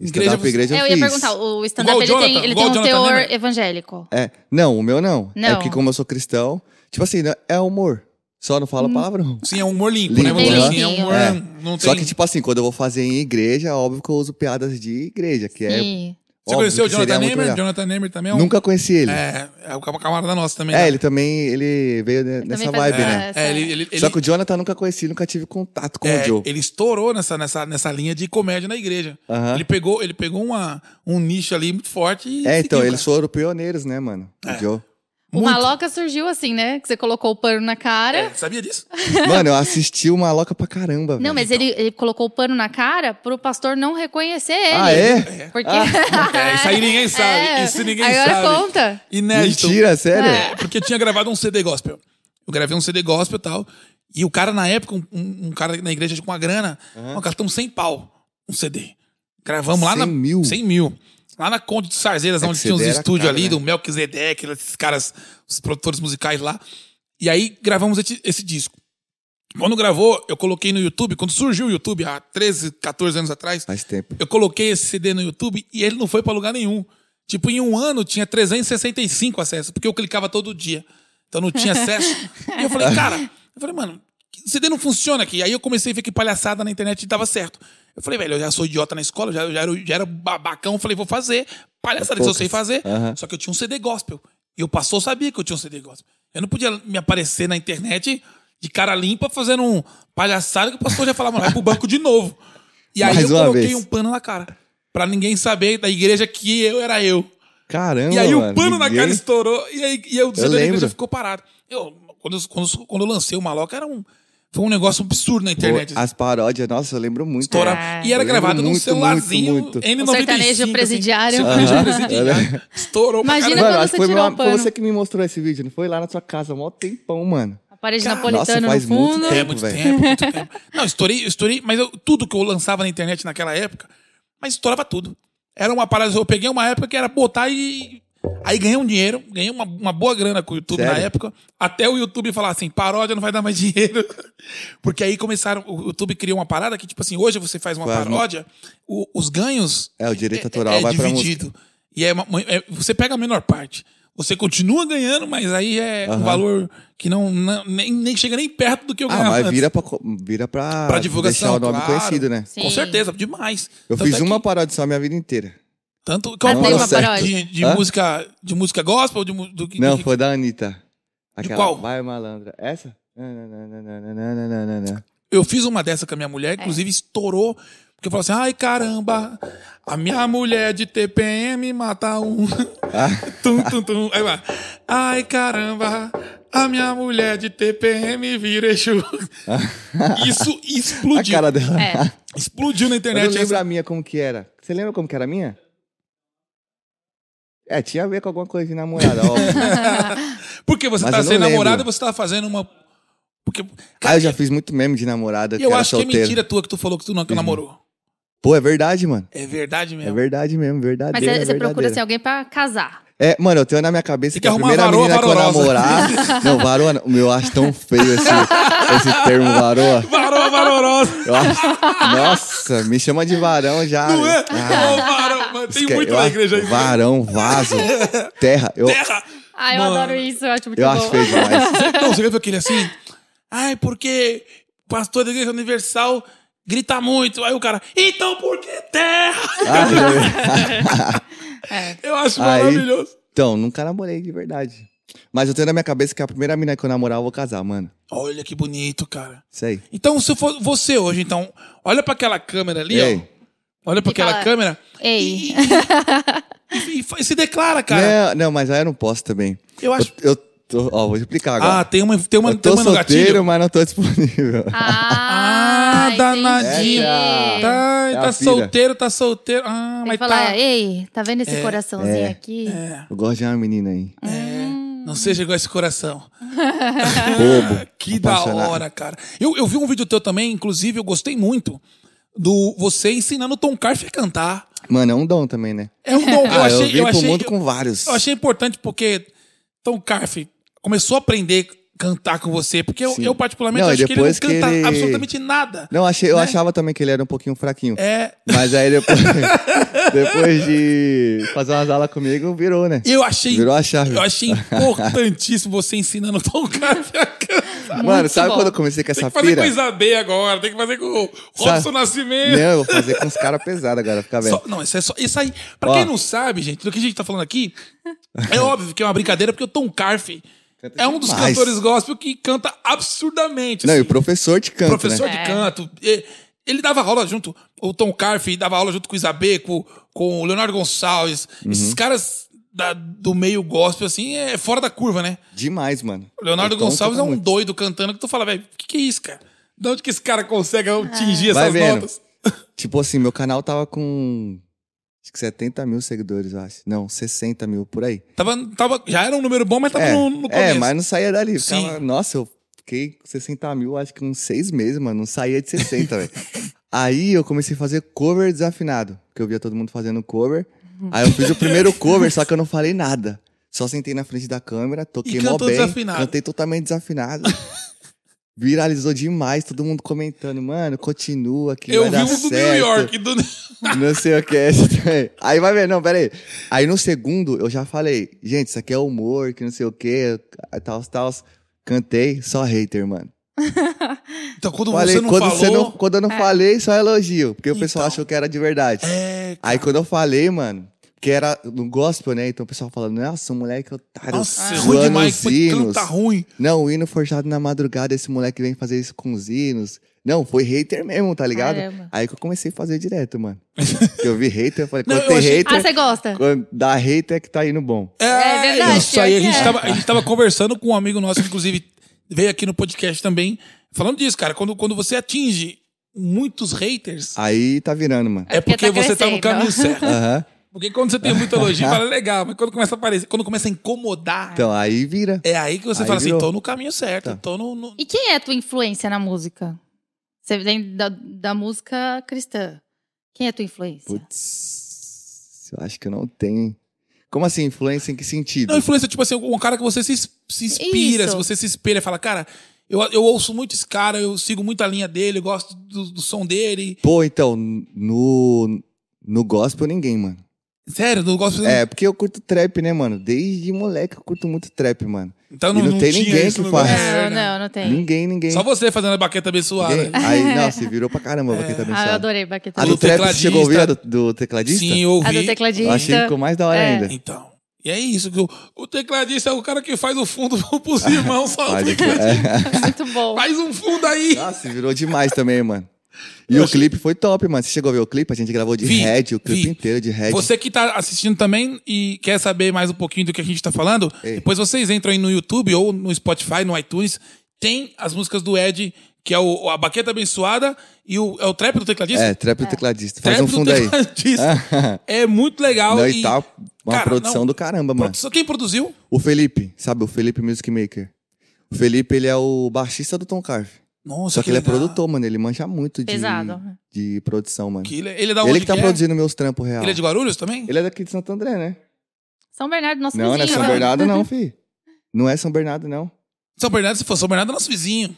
B: Igreja
D: Stand-up
B: você-
D: igreja eu,
C: É, eu ia
D: fiz.
C: perguntar, o
B: Igual o
C: stand-up ele tem,
B: Jonathan,
C: ele
B: igual
C: tem
B: o
C: um
B: Jonathan,
C: teor
B: né, velho?
C: evangélico.
D: É, não, o meu não. É
C: Não.
D: porque como eu sou cristão, tipo assim, não- é humor. Só não
C: Hum.
D: fala palavrão.
B: com- Sim, é um humor limpo, né?
D: Limpo,
B: Vamos dizer assim, é um
C: limpinho.
B: humor...
D: É.
B: Não tem...
D: Só que, tipo assim, quando eu vou fazer em igreja, é óbvio que eu uso piadas de igreja, que é.
C: Sim.
B: Você
D: óbvio
B: conheceu o
D: que seria
B: Jonathan
D: muito
B: Nehmer?
D: melhor.
B: Jonathan Nehmer também é um...
D: Nunca conheci ele. É,
B: É, é uma camarada nossa também. né?
D: ele também ele veio ne- nessa
C: faz
D: vibe,
C: essa-
D: né?
B: É, ele... ele, ele
D: Só que o Jonathan eu nunca conheci, nunca tive contato com o
B: é,
D: Joe.
B: ele estourou nessa, nessa, nessa linha de comédia na igreja.
D: Aham.
B: Ele pegou, ele pegou uma, um nicho ali muito forte e
D: É, então,
B: seguiu, É.
D: eles
B: cara.
D: foram pioneiros, né, mano? O Joe.
C: O
B: Muito.
C: Maloca surgiu assim, né? Que você colocou o pano na cara.
B: É, sabia disso?
D: Mano, eu assisti o Maloca pra caramba,
C: Não,
D: velho.
C: mas ele, ele colocou o pano na cara pro pastor não reconhecer ele.
D: Ah, é?
B: Né,
C: Porque...
B: É, isso aí ninguém sabe.
C: É,
B: Isso ninguém
C: agora
B: sabe.
C: conta.
B: Inédito.
D: Mentira, sério?
B: É, porque eu tinha gravado um CD gospel. Eu gravei um CD gospel e tal. E o cara, na época, um, um- um cara na igreja com uma grana, um cartão sem pau, um CD. Gravamos lá na.
D: 100 mil?
B: 100 mil. Lá na Conde de Sarzelas,
D: É que
B: onde tinha uns
D: CD era
B: estúdios
D: caro,
B: ali,
D: né?
B: do Melquisedeque, esses caras, os produtores musicais lá. E aí gravamos esse, esse disco. Quando gravou, eu coloquei no YouTube, quando surgiu o YouTube, há 13, 14 anos atrás,
D: Faz tempo.
B: Tipo, eu coloquei esse CD no YouTube e ele não foi pra lugar nenhum. Tipo, em um ano tinha 365 acessos, porque eu clicava todo dia. Então não tinha acesso. e eu falei, cara, eu falei, mano, que CD não funciona aqui. Aí eu comecei a ver que palhaçada na internet e dava certo. Eu falei, velho, eu já sou idiota na escola, já, já, era, já era babacão. Falei, vou fazer palhaçada que eu sei fazer.
D: Aham.
B: Só que eu tinha um CD gospel. E o pastor sabia que eu tinha um CD gospel. Eu não podia me aparecer na internet de cara limpa fazendo um palhaçada que o pastor já falava, vai pro banco de novo. E aí
D: Mais
B: eu
D: uma
B: coloquei
D: vez.
B: um pano na cara. Pra ninguém saber da igreja que eu era eu.
D: Caramba,
B: E aí
D: mano,
B: o pano na
D: ninguém-
B: cara estourou e aí e eu, o CD da
D: lembro.
B: igreja ficou parado. Eu, quando, eu, quando, eu- quando eu lancei o Maloca, era um. Foi um negócio absurdo na internet.
D: As paródias, nossa, eu lembro muito.
B: Estourava.
C: É.
B: E era
D: assim, Eu lembro
B: gravado num
D: muito,
B: celularzinho
D: muito, é muito.
B: N95.
C: Um sertanejo
B: assim.
C: presidiário.
B: Sertanejo presidiário. Estourou pra
C: Imagina
B: caramba.
C: quando
D: acho
C: você
D: que foi,
C: tirou
D: meu-
C: o
D: foi
C: pano.
D: você que me mostrou esse vídeo, não foi? Lá na sua casa, mó tempão, mano.
C: A parede
B: Cara,
C: napolitana
D: nossa, faz
C: no
D: muito
C: fundo.
B: É,
D: tempo.
B: muito
D: velho.
B: tempo, muito tempo. Não, estourei, eu estourei, mas eu- tudo que eu lançava na internet naquela época, mas estourava tudo. Era uma parada, eu peguei uma época que era botar e. Aí ganhei um dinheiro, ganhei uma, uma boa grana com o YouTube na
D: Sério?
B: época. Até o YouTube falar assim, paródia não vai dar mais dinheiro. Porque aí começaram, o YouTube criou uma parada que, tipo assim, hoje você faz uma
D: Claro.
B: paródia, o- os ganhos.
D: É, o direito autoral vai pra
B: dividido. E é, uma- é- você pega a menor parte. Você continua ganhando, mas aí é um valor que não, não- nem, nem chega nem perto do que eu
D: Ah,
B: ganhava
D: mas
B: antes.
D: vira pra, co- vira pra,
B: é. Pra divulgação,
D: deixar o nome
B: claro.
D: conhecido, né?
C: Sim.
B: Com certeza, demais.
D: Eu
B: Tanto
D: fiz
B: é que-
D: uma paródia só a minha vida inteira.
B: Tanto é qual foi
C: Mas tem
B: a
C: uma
B: paródia?
C: paródia?
B: de, de
D: Hã?
B: música de música gospel de mu- do que
D: Não,
B: do que-
D: foi da Anitta. Aquela,
B: qual?
D: Vai, malandra. Essa? Nananana.
B: eu fiz uma dessa com a minha mulher, inclusive estourou porque eu falei assim: "Ai, caramba, a minha mulher de TPM mata um".
D: Ah.
B: tum tum tum. Aí lá. Ai, caramba, a minha mulher de TPM vira Exu. Isso
D: A
B: explodiu.
D: cara dela.
C: É.
B: Explodiu na
D: Eu não
B: internet.
D: lembro
B: essa-
D: a minha como que era. Você lembra como que era a minha? É, tinha a ver com alguma coisa de namorada, óbvio.
B: Porque você
D: Mas
B: tá
D: eu não
B: sem namorada e
D: lembro.
B: você tá fazendo uma porque
D: ah, eu já fiz muito meme de namorada,
B: E
D: que
B: eu
D: era
B: acho que é
D: solteiro.
B: mentira tua que tu falou que tu nunca namorou.
D: Pô, é verdade, mano.
B: É verdade
D: É
B: mesmo.
D: verdade mesmo, verdade.
C: Mas você procura assim, alguém pra casar.
D: É, mano, eu tenho na minha cabeça
B: Tem que
D: que, a
B: arrumar
D: primeira
B: varoa
D: menina que eu
B: varorosa.
D: namorar. não, varoa, não. meu, eu acho tão feio esse, esse termo varoa.
B: Varoa valorosa.
D: Eu acho- nossa, me chama de varão já.
B: Não é?
D: Ah,
B: Ô, varão, mano, tem
D: isso que é-
B: muito
D: eu
B: na
D: acho-
B: igreja aí.
D: Varão, vaso, terra. Eu,
B: Terra.
C: Ah, eu
B: Mano.
C: adoro isso, eu acho muito
D: eu
C: bom.
D: acho feio demais.
B: Não, você viu aquele assim? Ai, porque pastor da igreja universal grita muito. Aí o cara, então por que terra?
D: Ah, eu-
B: Eu acho
D: Aí-
B: maravilhoso.
D: então, nunca namorei de verdade. Mas eu tenho na minha cabeça que a primeira menina que eu namorar, eu vou casar, mano.
B: Olha que bonito, cara.
D: Isso aí.
B: Então, se eu for você hoje, então, olha pra aquela câmera ali,
D: Ei.
B: ó. Olha pra
C: E
B: aquela
C: fala,
B: câmera
C: Ei,
B: e, fa- e se declara, cara.
D: Não, não, mas aí eu não posso também.
B: Eu acho.
D: Eu, eu tô, ó, vou explicar agora.
B: Ah, tem uma, tem uma,
D: eu
B: tem
D: tô
B: uma no
D: solteiro,
B: gatilho.
D: mas não tô disponível.
C: Ah,
B: Ah,
C: entendi.
B: danadinho.
D: Essa.
B: Tá,
D: É a
B: tá
D: pira.
B: solteiro, tá solteiro. Ah,
C: Tem que
B: mas
C: falar,
B: tá.
C: ei, tá vendo esse
B: É,
C: coraçãozinho
D: é,
C: aqui? Ah,
D: Eu gosto de uma menina aí.
B: É, não seja igual esse coração.
D: Bobo.
B: Que da
D: apaixonado.
B: hora, cara. Eu, eu vi um vídeo teu também, inclusive, eu gostei muito do você ensinando o Tom Carfe a cantar.
D: Mano, é um dom também, né?
B: É um dom. eu
D: Ah,
B: achei,
D: eu vim
B: eu
D: pro
B: achei,
D: mundo
B: eu-
D: com vários.
B: eu achei importante porque Tom Carfe começou a aprender a cantar com você, porque eu,
D: Sim.
B: eu particularmente
D: Não, e
B: acho que ele não
D: depois que
B: canta
D: ele-
B: absolutamente nada.
D: Não, achei, eu
B: né?
D: achava também que ele era um pouquinho fraquinho.
B: É,
D: Mas aí depois, depois de fazer umas aulas comigo, virou, né?
B: eu achei
D: Virou a chave.
B: Eu achei importantíssimo você ensinando o Tom Carfe a cantar.
D: Mano,
C: Muito
D: sabe
C: bom.
D: quando eu comecei com
B: Tem
D: essa
B: que fazer
D: pira?
B: com Isabel agora, tem que fazer com o Robson
D: Sabe?
B: Nascimento.
D: Não, eu vou fazer com os caras pesados agora, fica vendo.
B: Só- não, isso é só. Isso aí. Pra
D: Ó.
B: quem não sabe, gente, do que a gente tá falando aqui, é óbvio que é uma brincadeira, porque o Tom Carfe
D: Canta
B: é um dos
D: demais.
B: cantores gospel que canta absurdamente.
D: Não, e
B: assim.
D: o professor de canto,
B: professor
D: né?
B: de
C: É.
B: canto. e- Ele dava aula junto. O Tom Carfe dava aula junto com o Isabê, com, com o Leonardo Gonçalves. Esses
D: Uhum.
B: caras da- do meio gospel, assim, é fora da curva, né?
D: Demais, mano.
B: O Leonardo
D: O Tom
B: Gonçalves é
D: canta
B: um
D: muito.
B: doido cantando que tu fala, velho, o que, que é isso, cara? De onde que esse cara consegue atingir
D: Vai
B: essas
D: vendo.
B: notas?
D: Tipo assim, meu canal tava com. Acho que 70 mil seguidores, eu acho. Não, 60 mil por aí.
B: Tava, tava, já era um número bom, mas tava
D: é,
B: no, no
D: é,
B: começo.
D: mas não saía dali.
B: Sim.
D: Ficava, nossa, eu fiquei com 60 mil, acho que uns seis meses, mano. Não saía de 60, velho. Aí eu comecei a fazer cover desafinado, porque eu via todo mundo fazendo cover. Aí eu fiz o primeiro cover, só que eu não falei nada. Só sentei na frente da câmera, toquei
B: E
D: mó
B: cantou
D: bem.
B: desafinado.
D: Cantei totalmente desafinado. Viralizou demais, todo mundo comentando, mano, continua que
B: Eu
D: vai
B: vi
D: dar
B: um do
D: certo.
B: New York. Do...
D: Não sei o que é isso também. Aí vai ver, não, pera aí. Aí no segundo eu já falei, gente, isso aqui é humor, que não sei o que, tal, tal. Cantei, só hater, mano.
B: Então, quando
D: Falei,
B: você não
D: quando,
B: falou.
D: você não- quando eu não falei, só elogio, porque o pessoal
B: Então.
D: achou que era de verdade.
B: É,
D: Aí quando eu falei, mano, que era no gospel, né? Então o pessoal falando, nossa, o moleque otário.
B: nossa, é
D: zoando
B: ruim demais.
D: os
B: Foi
D: hinos.
B: canta ruim.
D: Não, o hino forjado na madrugada, esse moleque vem fazer isso com os hinos. Não, foi hater mesmo, tá ligado?
C: Caramba.
D: Aí que eu comecei a fazer direto, mano. eu vi hater, eu falei,
B: Não,
D: quando
B: eu
D: tem
B: achei-
D: hater,
C: Ah, você gosta?
D: quando dá hater é que tá indo bom.
B: É,
C: verdade,
B: Isso aí, a
C: pior que
B: gente,
C: é.
B: tava, a gente tava conversando com um amigo nosso, inclusive, veio aqui no podcast também, Falando disso, cara, quando, quando você atinge muitos haters,
D: Aí tá virando, mano.
B: é porque,
C: tá
B: você tá no
C: crescendo.
B: caminho certo.
D: Aham.
C: Ah.
B: Porque quando você tem muito elogio, fala legal, mas quando começa a aparecer, quando começa a incomodar,
D: Então, aí vira.
B: é aí que você
D: Aí
B: fala
D: virou.
B: assim, tô no caminho certo,
D: Tá.
B: tô no... no-
C: E quem é a tua influência na música? Você vem da, da música cristã. Quem é a tua influência?
D: Putz, eu acho que eu não tenho. hein? Como assim, influência em que sentido?
B: Não, influência, tipo assim, um cara que você se, ins- se inspira,
C: Isso.
B: se você se espelha, fala, cara, eu, eu ouço muito esse cara, eu sigo muita linha dele, eu gosto do, do som dele.
D: Pô, então, no, no gospel ninguém, mano.
B: Sério, eu não gosto...
D: É, porque eu curto trap, né, mano? Desde moleque eu curto muito trap, mano.
B: então
D: e não tem
B: tinha
D: ninguém
B: isso
D: que
B: no
D: faz.
B: gosto, né?
C: Não, não, não tem.
D: Ninguém, ninguém.
B: Só você fazendo a baqueta abençoada.
D: ninguém. é Aí, não, se virou pra caramba, vou tentar
C: Ah, eu
D: abençoar.
C: adorei Baqueta.
D: A
B: É. O
D: do trap, você
B: tecladista.
D: chegou a ouvir a do, do tecladista?
B: Sim, eu ouvi.
C: A do
D: Eu achei que
C: tecladista.
D: ficou mais da hora
C: É.
D: ainda.
B: Então. E é isso. que o- O tecladista é o cara que faz o fundo pros irmãos. Só
D: Pode- é.
C: Muito bom.
B: Faz um fundo aí.
D: Nossa, virou demais também, mano. E o clipe foi top, mano. Você chegou a ver o clipe? A gente gravou de
B: Vi,
D: head, o clipe
B: vi.
D: inteiro de head.
B: Você que tá assistindo também e quer saber mais um pouquinho do que a gente tá falando,
D: Ei.
B: depois vocês entram aí no YouTube ou no Spotify, no iTunes, tem as músicas do Ed, que é o, a Baqueta Abençoada e o, é o trap do tecladista?
D: É, trap do tecladista. Faz
B: trap
D: um fundo
B: do
D: aí.
B: tecladista. é muito legal.
D: Não,
B: e,
D: e tá uma
B: Cara,
D: produção
B: não.
D: do caramba, mano.
B: Produção- Quem produziu?
D: O Felipe, sabe? O Felipe Music Maker. O Felipe, ele é o baixista do Tom Carve.
B: Nossa,
D: Só que, ele é
B: legal.
D: produtor, mano. Ele manja muito de,
C: Pesado.
D: de produção, mano.
B: Que Ele, ele é da
D: ele
B: onde
D: que tá
B: é?
D: produzindo meus trampos real.
B: Ele é de Guarulhos também?
D: Ele é daqui de Santo André, né?
C: São Bernardo, nosso
D: não, não é
C: vizinho.
D: São
C: né?
D: Bernardo, não, fi. Não é São Bernardo, não.
B: São Bernardo, se for São Bernardo, é nosso vizinho.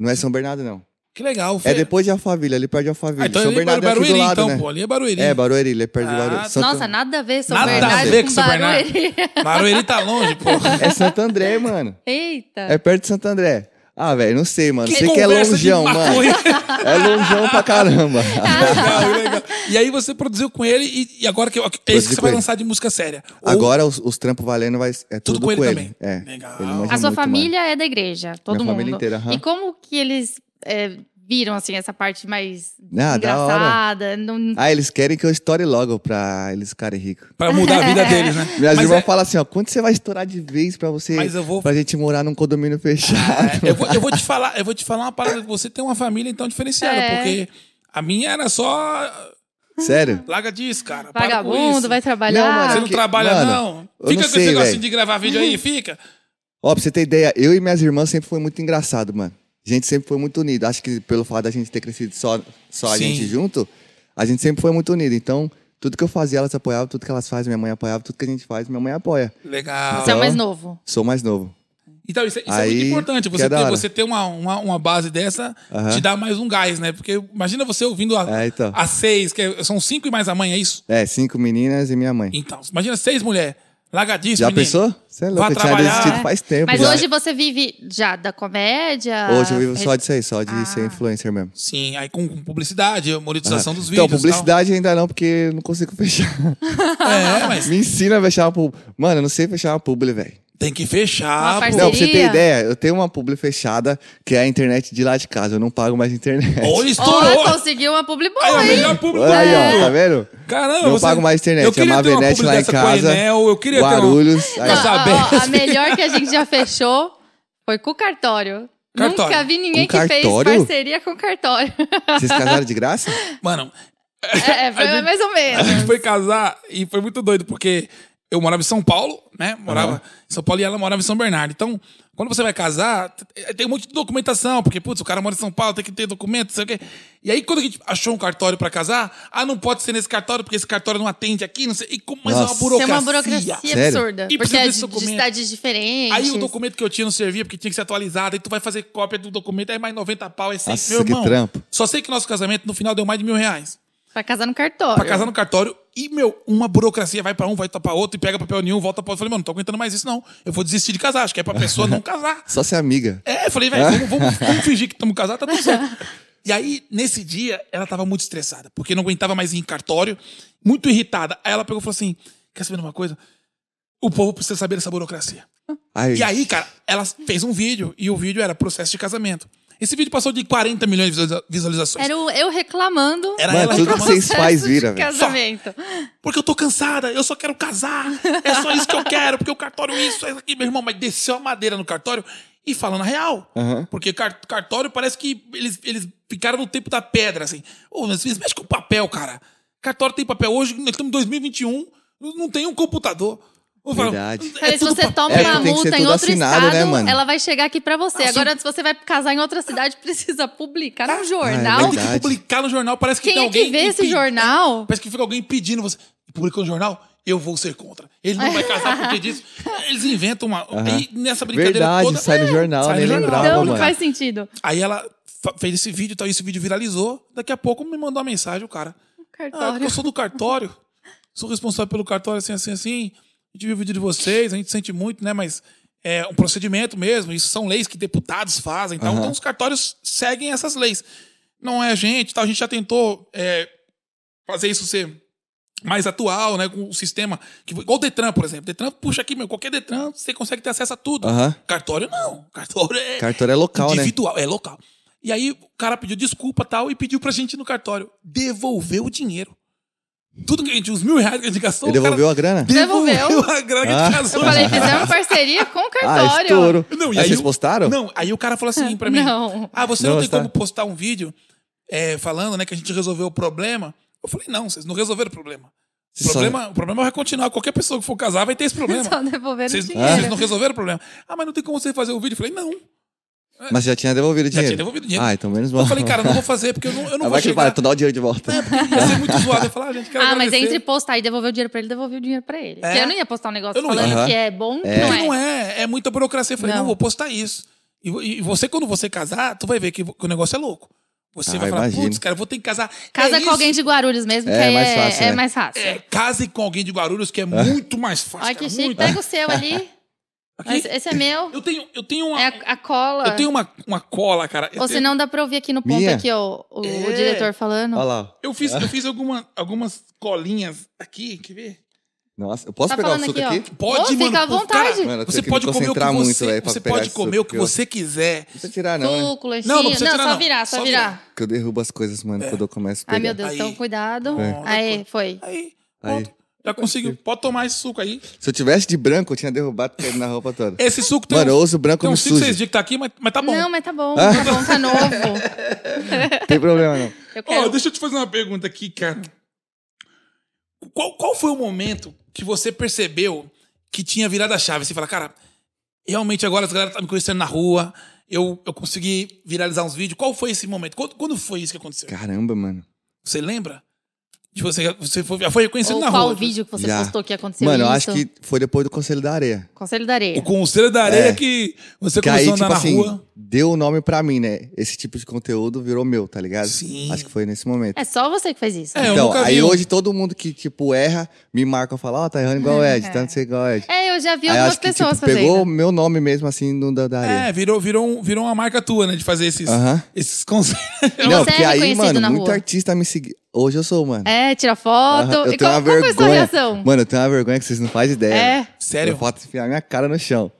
D: Não é São Bernardo, não.
B: Que legal.
D: É
B: Fê.
D: depois de Alphaville, ali perto de Alphaville.
B: Ah, então
D: São
B: ele é
D: Bernardo é aqui
B: Barueri,
D: do lado,
B: então,
D: né?
B: pô. Ali é Barueri.
D: É, Barueri, ele é perto de
B: Ah,
D: Barueri. Santo-
C: Nossa, nada a ver São
B: Nada a
C: Bernardo
B: ver
C: com,
B: com São Bernardo.
C: Barueri.
B: Barueri tá longe, pô.
D: É Santo André, mano.
C: Eita.
D: É perto de Santo André. Ah, velho, não sei, mano. sei que é
B: conversa de
D: longeão, mano.
B: maconha.
D: É longeão pra caramba.
B: legal, legal. E aí você produziu com ele e, e agora que é isso que
D: Produzi
B: você
D: com
B: vai
D: ele.
B: lançar de música séria. Ou
D: Agora os, os trampos valendo vai, é tudo,
B: com ele também.
D: É.
B: Legal.
D: ele manja
C: A sua
D: muito,
C: família é da igreja, todo
D: Minha
C: mundo.
D: família inteira, aham.
C: E como que eles é, viram, assim, essa parte mais
D: Ah, da hora.
C: engraçada? Não- não-
D: Ah, eles querem que eu estoure logo pra eles ficarem ricos.
B: pra mudar a vida deles, né?
D: Minhas
B: Mas
D: irmãs
B: é-
D: falam assim, ó, quando você vai estourar de vez pra você...
B: Mas eu vou-
D: Pra gente morar num condomínio
B: É,
D: fechado.
B: eu, vou, eu vou te falar, eu vou te falar uma parada. Você tem uma família então diferenciada,
C: É.
B: porque a minha era só ah,
D: Sério?
B: larga disso, cara. para com
C: Vagabundo,
B: isso.
C: vai
D: Não, mano,
C: trabalhar.
B: Você não
D: que-
B: trabalha,
D: mano,
B: não.
D: eu
B: Fica
D: não
B: com
D: sei,
B: esse negocinho
D: velho.
B: de gravar vídeo aí,
C: Uhum.
B: fica.
D: Ó, pra você ter ideia, eu e minhas irmãs sempre foi muito engraçado, mano. A gente sempre foi muito unido. Acho que pelo fato da gente ter crescido só, só a
B: Sim.
D: gente junto, a gente sempre foi muito unido. Então, tudo que eu fazia, elas apoiavam. Tudo que elas fazem, minha mãe apoiava. Tudo que a gente faz, minha mãe apoia.
B: Legal.
C: Você é o mais novo.
D: Sou mais novo.
B: Então, isso, é- isso é
D: Aí,
B: muito importante.
D: que
B: Você
D: é da
B: ter,
D: hora.
B: você ter uma, uma, uma base dessa
D: Aham.
B: te dá mais um gás, né? Porque imagina você ouvindo a,
D: É, então.
B: a seis, que é- são cinco e mais a mãe, é isso?
D: É, cinco meninas e minha mãe.
B: Então, imagina seis mulheres, lagadíssimo.
D: Já
B: menino.
D: pensou? Você é louco,
B: Vai
D: eu tinha
B: trabalhar.
D: desistido faz tempo
C: Mas
D: já.
C: hoje você vive já da comédia?
D: Hoje eu vivo só disso aí, só de
C: Ah.
D: ser influencer mesmo.
B: Sim, aí com com publicidade, monetização dos vídeos.
D: Então,
B: e tal.
D: publicidade ainda não, porque eu não consigo fechar.
B: É, mas
D: Me ensina a fechar uma publi. Mano, eu não sei fechar uma publi, velho.
B: tem que
C: Uma
B: fechar, pô.
C: parceria.
D: Não, pra você ter ideia, eu tenho uma publi fechada que é a internet de lá de casa. Eu não pago mais internet.
B: Olha, estourou.
C: Oh, conseguiu uma publi
B: Aí,
C: boa,
B: o
C: hein?
B: melhor público do
D: Aí, ó,
B: mundo.
D: tá vendo?
B: Caramba,
D: Não
B: você-
D: pago mais internet.
B: Eu queria
D: Chamava
B: ter uma
D: Enete lá em
B: publicidade com
D: casa.
B: a Enel, eu queria
D: Guarulhos.
B: Tá
D: Aí,
C: Não, ó,
B: sabendo.
C: a melhor que a gente já fechou foi com o cartório.
B: Cartório.
C: Nunca vi ninguém
D: Com
C: que
D: cartório?
C: fez parceria com cartório.
D: vocês casaram de graça?
B: ter uma... Mano,
C: É, é, foi
B: A gente-
C: mais ou
B: A gente
C: menos.
B: foi casar e foi muito doido, porque eu morava em São Paulo, né? Morava
D: Aham.
B: em São Paulo e ela morava em São Bernardo. Então, quando você vai casar, t- eh, tem um monte de documentação, porque, putz, o cara mora em São Paulo, tem que ter documento, sei o quê. E aí, quando a gente achou um cartório pra casar, ah, não pode ser nesse cartório, porque esse cartório não atende aqui, não sei. E como, mas é uma
D: Nossa.
C: Tem
B: burocracia.
C: uma burocracia
D: Sério?
C: absurda.
B: E
C: Porque
B: precisa
C: é
B: desse
C: de, de
B: documento.
C: cidades diferentes.
B: Aí o documento que eu tinha não servia, porque tinha que ser atualizado. Aí tu vai fazer cópia do documento, aí mais 90 pau, é 100
D: Nossa,
B: meu
D: que
B: irmão.
D: trampo.
B: Só sei que nosso casamento, no final, deu mais de mil reais.
C: Pra casar no cartório.
B: Pra casar no cartório. E, meu, uma burocracia vai pra um, vai pra outro, e pega papel nenhum, volta pra outro. Eu falei, mano, não tô aguentando mais isso, não. Eu vou desistir de casar, acho que é pra pessoa não casar.
D: Só ser amiga.
B: É, eu falei, velho, vamos, vamos- vamos fingir que estamos casados, tá tudo certo. E aí, nesse dia, ela tava muito estressada, porque não aguentava mais ir em cartório, muito irritada. Aí ela pegou e falou assim: quer saber de uma coisa? O povo precisa saber dessa burocracia.
D: Aí,
B: E aí, cara, ela fez um vídeo, e o vídeo era processo de casamento. Esse vídeo passou de 40 milhões de visualiza- visualizações.
C: Era o- eu reclamando.
B: Era
D: Mano,
B: ela
D: tudo que
B: reclamando.
D: vocês faz vira,
C: de
D: velho.
B: É
C: casamento.
B: Porque eu tô cansada, eu só quero casar. É só isso que eu quero, porque o cartório é isso, é isso aqui, meu irmão. Mas desceu a madeira no cartório e falando a real.
D: Aham.
B: Porque car- cartório parece que eles, eles ficaram no tempo da pedra, assim. Ô, mas eles mexem com papel, cara. Cartório tem papel hoje, nós estamos em 2021, não tem um computador. Eu falo,
D: Verdade.
C: Cara, se
B: tudo
C: você
B: pa-
C: toma
D: É,
C: uma
D: tem que ser
C: multa em
D: tudo
C: outro
D: assinado,
C: estado,
D: né, mano?
C: ela vai chegar aqui pra você.
B: Ah,
C: Agora, se você vai casar em outra cidade, precisa publicar no
D: é
C: jornal.
B: Tem que
D: Verdade.
B: publicar no jornal, parece que
C: Quem
B: tem
C: é
B: alguém.
C: que vê esse
B: impedindo.
C: jornal?
B: Parece que fica alguém pedindo você. Publicou no jornal? Eu vou ser contra. Ele não vai casar porque disso. Eles inventam uma. E nessa brincadeira
D: Verdade,
B: toda. É,
D: sai no jornal,
B: sai no
D: nem
B: jornal.
D: lembrava,
B: Brava,
C: Então,
D: mano.
C: não faz sentido.
B: Aí ela fa- fez esse vídeo e tal, e esse vídeo viralizou. Daqui a pouco me mandou uma mensagem, o cara. Ah,
C: Cartório.
B: eu sou do cartório. Sou responsável pelo cartório, assim, assim, assim. A gente viu o vídeo de vocês, a gente sente muito, né? Mas é um procedimento mesmo. Isso são leis que deputados fazem. Então,
D: Aham.
B: então os cartórios seguem essas leis. Não é a gente, tal. A gente já tentou é, fazer isso ser mais atual, né? Com o sistema. Que, igual o Detran, por exemplo. Detran, puxa aqui, meu. Qualquer Detran, você consegue ter acesso a tudo.
D: Aham.
B: Cartório, não. Cartório é
D: Cartório é local, né?
B: individual, é local. E aí o cara pediu desculpa tal e pediu pra gente ir no cartório. Devolveu o dinheiro. Tudo que a gente, os mil reais que a gente gastou,
D: Ele
B: o cara
D: devolveu a grana?
B: devolveu a grana que a gente
D: Ah.
B: gastou.
C: Eu falei, fizemos parceria com
B: é
C: o cartório.
D: Ah, estouro.
B: Não, e
D: Ah,
B: aí
D: vocês
B: o-
D: postaram?
B: Não, aí o cara falou assim pra mim.
C: Não.
B: Ah, você não,
D: Não,
B: tem
D: tá.
B: como postar um vídeo é, falando, né, que a gente resolveu o problema. Eu falei, não, vocês não resolveram o problema. O
D: Vocês só-
B: problema, o problema vai continuar. Qualquer pessoa que for casar vai ter esse problema.
C: Só devolveram o
B: Vocês,
C: dinheiro.
B: vocês não resolveram o problema. Ah, mas não tem como você fazer o vídeo. Eu falei, não.
D: Mas já tinha devolvido o
B: Já
D: dinheiro?
B: tinha devolvido o dinheiro.
D: Ah, então menos mal.
B: Eu falei, cara, não vou fazer, porque eu não, eu não
D: Ah,
B: vou
D: vai que ele
B: chegar... É,
D: fala, tu dá o dinheiro de volta.
B: Ia ser muito zoado. Eu falar, ah, gente, quero
C: Ah, mas
B: agradecer. É?
C: entre postar e devolver o dinheiro pra ele, devolvi o dinheiro pra ele. Porque eu não ia postar um negócio
B: Eu não ia.
C: falando
D: Aham.
C: que é bom,
D: É.
C: não é.
B: Porque não é. É muita burocracia. Eu falei, não,
C: Não.
B: vou postar isso. E, vo- e você, quando você casar, tu vai ver que, vo- que o negócio é louco. Você
D: Ah,
B: vai falar,
D: imagino.
B: putz, cara, eu vou ter que casar.
C: Casa
B: É
C: com
B: isso.
C: alguém de Guarulhos mesmo,
D: É,
C: que aí
D: mais
C: é,
D: fácil,
C: é
D: né?
C: mais fácil.
B: É, case com alguém de Guarulhos,
D: Ah.
B: que é muito mais fácil.
C: Olha que
B: cara,
C: chique.
B: muito.
C: Pega o seu ali.
B: Aqui,
C: Mas Esse é meu.
B: Eu tenho, eu tenho uma...
C: É a, a cola.
B: Eu tenho uma, uma cola, cara. Eu
C: Ou
B: tenho-
C: senão dá pra ouvir aqui no ponto
D: Minha?
C: aqui, ó, o, o
B: É.
C: diretor falando.
D: Olha lá.
B: Eu fiz, eu fiz alguma, algumas colinhas aqui, quer ver?
D: Nossa, eu posso
C: Tá
D: pegar o
C: falando
D: suco
C: aqui, ó.
D: aqui?
B: Pode,
C: Ô,
B: mano.
C: fica à
B: Pô,
C: vontade.
D: Mano, eu tenho
B: você
D: que
B: pode
D: me
B: comer o que
D: concentrar muito,
B: você...
D: velho, pra
B: você
D: pegar
B: pode
D: esse
B: comer o
D: suco,
B: que
D: eu-
B: você quiser.
D: Não precisa tirar, não, né?
C: Suco, lanchinho.
B: Não,
C: Não,
B: não precisa tirar,
C: só
B: não.
C: virar, só,
B: Só
C: virar.
B: virar.
D: Que eu derrubo as coisas, mano, quando eu começo a
C: Ai,
D: pegar.
C: meu Deus,
B: Aí.
C: então cuidado.
B: É.
C: Aí, foi.
B: Aí,
D: Aí.
B: pronto. Já conseguiu. Pode tomar esse suco aí.
D: Se eu tivesse de branco, eu tinha derrubado tudo na roupa toda.
B: Esse suco tem
D: Mano, eu
B: uns,
D: uso branco
B: tem
D: no
B: uns 5,
D: sujo.
B: 6 dias que tá aqui, mas, mas tá bom.
C: Não, mas tá bom,
D: Ah.
C: tá bom, tá novo.
D: Não tem problema, não.
C: Eu
B: Ó,
C: quero.
B: deixa eu te fazer uma pergunta aqui, cara. Qual, qual foi o momento que você percebeu que tinha virado a chave? Você fala, cara, realmente agora as galera tá me conhecendo na rua, eu, eu consegui viralizar uns vídeos. Qual foi esse momento? Quando, quando foi isso que aconteceu?
D: Caramba, mano.
B: Você lembra? De você, você é foi, já foi reconhecido
C: Ou
B: na
C: qual
B: rua.
C: vídeo que você
D: Já.
C: postou que aconteceu
D: Mano, eu
C: isso?
D: acho que foi depois do Conselho da Areia.
C: Conselho
B: O
C: da Areia.
B: conselho da areia
D: É.
B: que você
D: Que aí,
B: começou a
D: tipo
B: andar na
D: assim,
B: rua.
D: deu o nome pra mim, né? Esse tipo de conteúdo virou meu, tá ligado?
B: Sim.
D: Acho que foi nesse momento.
C: É só você que faz isso.
B: É, eu
D: então,
B: nunca
D: aí
B: vi um.
D: hoje todo mundo que, tipo, erra, me marca e fala, ó, tá errando igual o Ed, tá não sei igual o Ed.
C: É, eu já vi
D: aí eu
C: algumas
D: acho que, tipo,
C: pessoas
D: pegou
C: fazendo.
D: meu nome mesmo, assim, no da, da areia.
B: É, virou, virou, um- virou uma marca tua, né? De fazer esses,
D: Aham.
B: esses conselhos.
C: E
D: Não,
C: você
D: porque
C: é
D: aí,
C: reconhecido
D: mano,
C: na
D: muito
C: rua.
D: artista me seguiu. Hoje eu sou, mano.
C: É, tira
D: Aham,
C: foto.
D: eu
C: e qual,
D: tenho uma
C: qual foi a sua
D: vergonha.
C: reação?
D: Mano, eu tenho uma vergonha que vocês não fazem ideia.
C: É.
B: Sério?
D: Eu faço enfiar minha cara no chão.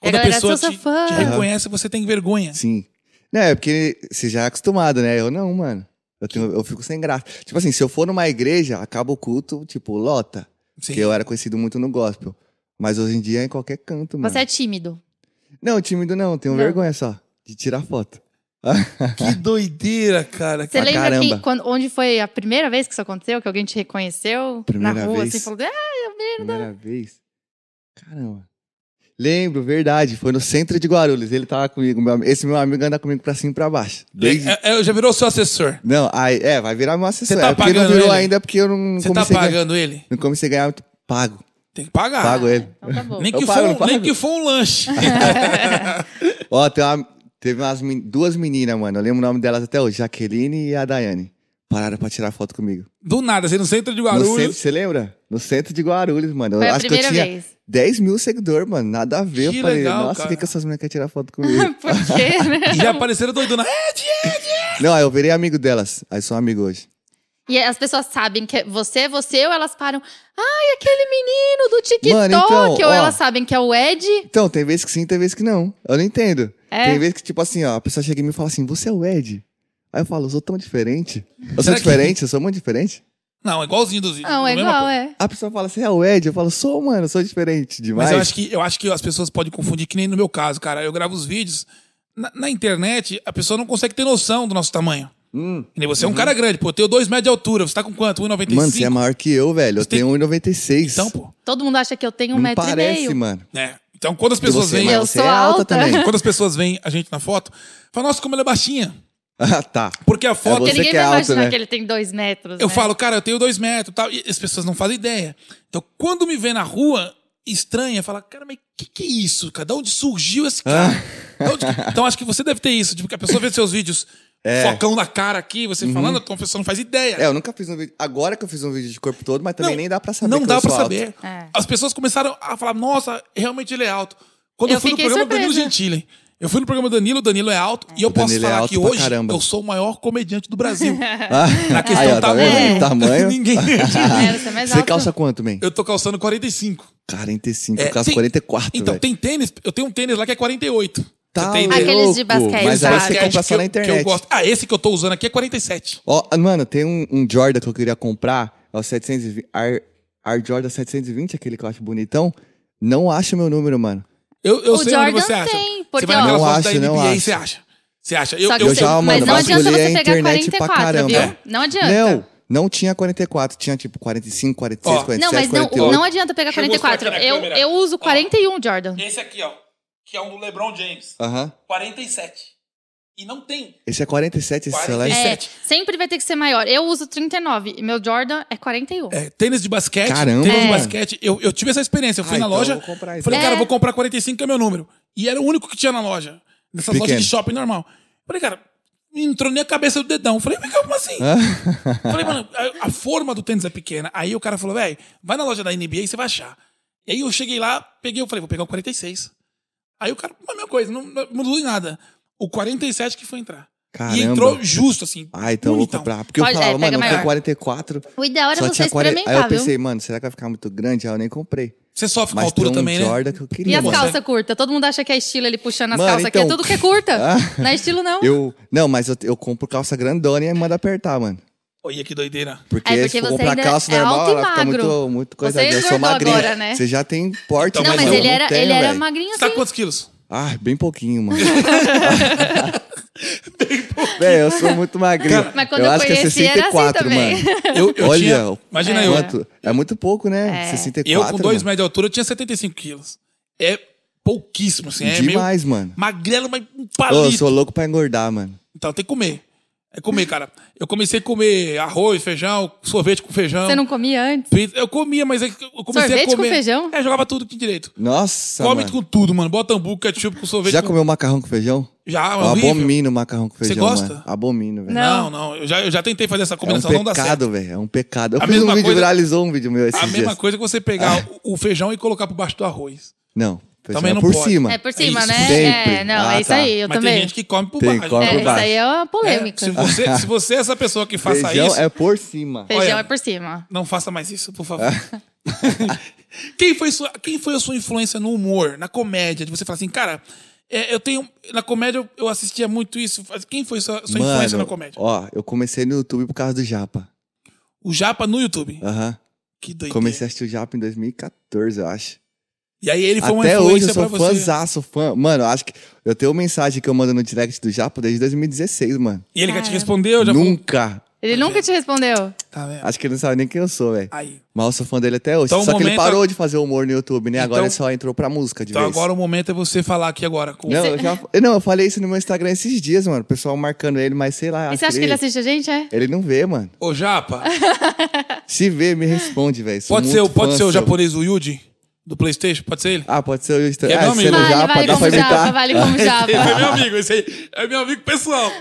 B: Quando a
C: galera,
B: pessoa
C: sou
B: te,
C: sua fã.
B: te reconhece, você tem vergonha.
D: Sim. Não, é porque você já é acostumado, né? Eu não, mano. Eu, tenho- eu fico sem graça. Tipo assim, se eu for numa igreja, acaba o culto, tipo, lota.
B: Sim.
D: Porque eu era conhecido muito no gospel. Mas hoje em dia é em qualquer canto, mano.
C: Você é tímido.
D: Não, tímido não. Tenho
C: Não.
D: vergonha só de tirar foto.
B: Que doideira, cara.
C: Você
D: Pra
C: lembra
D: caramba.
C: que quando- onde foi a primeira vez que isso aconteceu? Que alguém te reconheceu na
D: Primeira
C: rua,
D: vez.
C: assim, falando, ah,
D: Primeira vez. Caramba. Lembro, verdade. Foi no centro de Guarulhos. Ele tava comigo. meu am- esse meu amigo anda comigo pra cima e pra baixo. Desde...
B: É, é, já virou seu assessor.
D: Não, aí, é, vai virar meu assessor.
B: Você tá
D: é porque não
B: pagando
D: virou
B: ele?
D: ainda porque eu não
B: Você tá
D: comecei a ganhar-
B: pagando Ah. ele?
D: Não comecei a ganhar muito. Pago.
B: Tem que pagar.
D: Pago ele.
C: então tá bom.
B: Nem,
D: Eu
B: que
D: pago,
B: for,
D: eu
B: um-
D: pago.
B: nem que for um lanche.
D: Ó, tem uma- teve umas men- duas meninas, mano. Eu lembro o nome delas até hoje. Jaqueline e a Daiane. Pararam pra tirar foto comigo.
B: Do nada, você no centro de
D: No centro,
B: Guarulhos.
D: você lembra? No centro de Guarulhos, mano.
C: Foi
D: eu
C: a
D: acho que eu
C: primeira
D: tinha
C: vez.
D: 10 mil seguidores, mano. Nada a ver.
B: Que
D: eu falei,
B: legal,
D: nossa, por
B: cara.
D: que, que essas meninas querem tirar foto comigo?
C: Por quê, né?
B: E já apareceram doidona. É, Diego!
D: não, aí eu virei amigo delas. Aí sou amigo hoje.
C: E as pessoas sabem que é você, você, ou elas param. Ai, aquele menino do TikTok.
D: Mano, então,
C: ou
D: ó.
C: elas sabem que é o Ed.
D: Então, tem vezes que sim, tem vezes que não. Eu não entendo.
C: É.
D: Tem vezes que, tipo assim, ó, a pessoa chega em mim e fala assim: você é o Ed? Aí eu falo, eu sou tão diferente. Eu sou
B: Será que-
D: diferente, eu sou muito diferente.
B: Não, é igualzinho dos vídeos.
C: Não, é
B: a mesma
C: igual,
B: coisa.
C: é.
D: A pessoa fala, você é o Ed? Eu falo, sou, mano, sou diferente demais.
B: Mas eu acho, que, eu acho que as pessoas podem confundir, que nem no meu caso, cara. Eu gravo os vídeos. Na, na internet, a pessoa não consegue ter noção do nosso tamanho.
D: Hum.
B: Que nem Você é um cara grande, pô. Eu tenho 2 metros de altura. Você tá com quanto? 1,95?
D: Mano, você é maior que eu, velho. Eu
B: tem-
D: tenho 1,96.
B: Então, pô.
C: Todo mundo acha que eu tenho um
D: Não
C: metro
D: parece,
C: e meio.
D: mano.
B: É. Então, quando as
D: E
B: pessoas
D: você,
B: veem.
D: mas
C: Eu
D: você
C: sou
D: é alta,
C: alta.
D: também.
B: Quando as pessoas veem a gente na foto, falam, nossa, como ela é baixinha.
D: ah, tá.
B: Porque a foto.
C: Porque
D: Você
C: ninguém
D: que é
C: vai
D: alto,
C: imaginar
D: né?
C: que ele tem dois metros.
B: Eu
C: né?
B: falo, cara, eu tenho dois metros e tal. E as pessoas não fazem ideia. Então, quando me vê na rua, estranha, fala, cara, mas que que é isso? Cara? De onde surgiu esse
D: Ah.
B: cara? Da onde que- Então, acho que você deve ter isso. Tipo, que a pessoa vê seus vídeos focão na cara aqui, você falando, então a pessoa não faz ideia.
D: Uhum. É, eu nunca fiz um vídeo. Agora que eu fiz um vídeo de corpo todo, mas também
B: Não,
D: nem dá pra saber.
B: Não
D: que
B: dá
D: eu sou
B: pra
D: alto.
B: saber.
C: É.
B: As pessoas começaram a falar, nossa, realmente ele é alto. Quando eu,
C: Eu
B: fui no
C: fiquei
B: programa do Danilo
C: surpresa.
B: Gentili, hein? eu fui no programa do Danilo, o Danilo é alto, e eu
D: O
B: posso
D: Danilo é
B: falar
D: alto
B: que
D: pra
B: hoje
D: caramba.
B: eu sou o maior comediante do Brasil.
D: Ah,
B: Na questão
D: aí, ó, tá
C: tamanho.
D: vendo? Tamanho.
B: Ninguém.
C: É, você é mais
D: Você
C: alto.
D: calça quanto, man?
B: Eu tô calçando 45.
D: 45,
B: É,
D: eu calço
B: tem-
D: 44,
B: Então,
D: velho.
B: tem tênis, eu tenho um tênis lá que é 48. Você
D: Tá
B: tem ideia?
C: Aquele Aqueles de
D: louco,
C: basquete,
D: Mas aí
C: sabe?
D: você compra
B: que
D: só
B: eu-
D: na
B: Que eu
D: internet.
B: gosto. Ah, esse que eu tô usando aqui é 47.
D: Ó, mano, tem um, um Jordan que eu queria comprar, é o 720, Air, Air Jordan 720, aquele que eu acho bonitão. Não acho meu número, mano.
B: Eu, eu
C: O
B: sei
C: Jordan
B: onde você acha.
C: tem,
B: você
C: porque,
B: vai
C: ó-
B: naquela
D: Não
B: foto da
D: acho, não
B: NBA e
D: acho.
B: você acha. Você acha? Eu,
C: Só que
B: eu
D: eu
C: você-
D: já, mano,
C: mas não adianta
D: vasculhei
C: você
D: a
C: pegar
D: internet pra
C: 44, viu?
D: caramba. É.
C: Não adianta.
D: Não, não tinha 44, tinha tipo 45, 46,
B: Ó.
C: Não,
D: 47,
C: mas não,
D: 48.
C: não é adianta pegar
B: Deixa eu mostrar aqui
C: 44.
B: na
D: né,
C: Eu,
B: câmera.
C: eu uso 41, Jordan.
B: Esse aqui, ó, que é um do LeBron James.
D: Aham.
B: 47. E não tem.
D: Esse é 47, esse celular.
C: É,
B: 47.
C: sempre vai ter que ser maior. Eu uso 39 e meu Jordan é 41.
B: É, tênis de basquete.
D: Caramba.
B: Tênis de
D: É.
B: basquete. Eu, eu tive essa experiência. Eu fui
D: Ah,
B: na
D: então
B: loja.
D: eu vou comprar, então.
B: falei, cara,
C: É.
B: eu vou comprar 45, que é meu número. E era o único que tinha na loja. Nessas
D: Pequeno.
B: lojas de shopping normal. Falei, cara, me entrou nem a cabeça do dedão. Falei, mas como assim?
D: Ah.
B: Falei, mano, a, a forma do tênis é pequena. Aí o cara falou, velho, vai na loja da NBA e você vai achar. E aí eu cheguei lá, peguei, eu falei, vou pegar o 46. Aí o cara, a mesma coisa, não, não mudou em nada. O 47 que foi entrar. E
D: Caramba.
B: entrou justo, assim.
D: Ah, então eu vou
B: bonitão.
D: comprar. Porque
C: Pode-
D: eu
C: é,
D: falava,
C: pega
D: mano, não tem
C: maior.
D: 44.
C: O ideal era
D: Só
C: você
D: tinha 40.
C: experimentar,
D: Aí eu
C: viu?
D: pensei, mano, será que vai ficar muito grande? Aí eu nem comprei.
B: Você sofre com
D: Mas tem
B: altura
D: um
B: também, né?
D: Jordan que eu
C: E
D: queria.
C: as
B: Você-
D: mano.
C: calças curtas? Todo mundo acha que é estilo ele puxando as
D: Mano,
C: calças, que é
D: então-
C: tudo que é curta.
D: Ah.
C: Não é estilo, não.
D: Eu, não, mas eu, eu compro calça grandona e manda apertar, mano.
B: Olha que doideira.
D: Porque,
C: É, porque
D: se for
C: você
D: comprar
C: ainda
D: calça
C: é
D: normal,
C: alto e
D: ela fica
C: magro.
D: muito, muito coisa.
C: Você
D: eu sou
C: engordou
D: magrinho.
C: agora, né?
D: Você já tem porte,
B: Então,
C: não, mas
B: mas eu
C: ele
D: não
C: era,
D: tenho,
C: ele era
D: velho.
C: magrinho
B: Você tá
C: assim.
B: com quantos quilos?
D: Ah, bem pouquinho, mano. bem pouquinho. Velho, eu sou muito magrinho.
C: Mas quando
D: eu,
C: eu
D: acho que é
C: conheci, era assim
D: 64,
C: também.
D: mano.
B: Eu, eu
D: Olha,
B: tinha- imagina eu.
D: quanto- É muito pouco, né?
C: É.
D: 64.
B: Eu, com 2
D: mano.
B: metros de altura, eu tinha 75 quilos. É pouquíssimo, assim. É meio
D: Demais, mano.
B: magrelo, mas um
D: Ô,
B: palito.
D: eu sou louco pra engordar, mano.
B: Então, tem que comer. É comer, cara. Eu comecei a comer arroz, feijão, sorvete com feijão.
C: Você não comia antes?
B: pizza. Eu comia, mas aí eu comecei
C: Sorvete
B: a
C: com
B: comer.
C: feijão?
B: É, jogava tudo aqui direito.
D: Nossa,
B: Come
D: mano.
B: com tudo, mano. Bota hambúrguer, ketchup com sorvete.
D: Já
B: com-
D: comeu macarrão com feijão?
B: Já, é
D: eu
B: horrível.
D: abomino macarrão com feijão,
B: gosta?
D: mano. Abomino, velho.
B: Não, não. Eu já, eu já tentei fazer essa
D: É um
B: combinação, não dá certo.
D: pecado, velho. É um pecado. Eu
B: A
D: fiz um
B: mesma
D: vídeo,
B: coisa-
D: viralizou um vídeo meu esses
B: A
D: dias.
B: mesma coisa que você pegar
D: Ah.
B: o o feijão e colocar por baixo do arroz.
D: Não, feijão
B: Também
D: é
B: não
D: por
B: pode.
D: cima.
C: É por cima,
B: isso,
C: né?
D: sempre.
C: É, não,
D: Ah,
C: é isso
D: tá.
C: aí, eu
B: mas
C: também.
B: tem gente que come por
D: Tem,
B: baixo.
D: come
C: É,
D: por
C: isso
D: baixo. tipo,
C: aí é uma polêmica.
B: É, se, você, se você é essa pessoa que faça
D: Feijão
B: isso,
D: é por cima.
C: Feijão
B: Olha.
C: é por cima.
B: não faça mais isso, por favor. quem, foi sua, quem foi a sua influência no humor, na comédia? De você falar assim, cara, é, eu tenho. Na comédia eu, eu assistia muito isso. Faz- Quem foi sua, sua influência na comédia?
D: ó, eu comecei no YouTube por causa do Japa.
B: O Japa no YouTube.
D: Aham.
B: Que doideira.
D: Comecei a assistir o Japa em 2014, eu acho.
B: E aí ele foi uma
D: Até hoje
B: influência
D: eu
B: pra
D: sou
B: você.
D: fãzaço, fã. Mano, eu acho que eu tenho mensagem que eu mando no direct do Japa desde 2016, mano.
B: E ele que te respondeu, já falou.
D: Nunca.
C: Ele nunca te respondeu.
B: Tá vendo?
D: Acho que ele não sabe nem quem eu sou, velho.
B: Aí.
D: Mas eu sou fã dele até hoje.
B: Então,
D: só
B: o
D: que ele
B: momento-
D: parou de fazer humor no YouTube, né? Agora
B: Então-
D: ele só entrou pra música de
B: Então
D: vez.
B: agora o momento é você falar aqui agora. Com...
D: Não eu, já- não, eu falei isso no meu Instagram esses dias, mano. O pessoal marcando ele, mas sei lá.
C: E você acha que ele assiste a gente, é?
D: Ele não vê, mano.
B: Ô Japa,
D: Se vê, me responde, velho. Sou
B: pode ser,
D: muito
B: o- pode
D: fã
B: ser o
D: seu.
B: japonês, o Yuji, do Playstation? Pode ser ele?
D: Ah, pode ser o Insta-
B: É meu
D: Ah,
B: amigo.
D: sendo
B: Pelo
C: Vale,
D: japa,
C: vale
D: dá pra
C: como japa,
D: imitar.
C: vale como
B: Esse é
C: japa.
B: meu amigo, esse aí é meu amigo pessoal.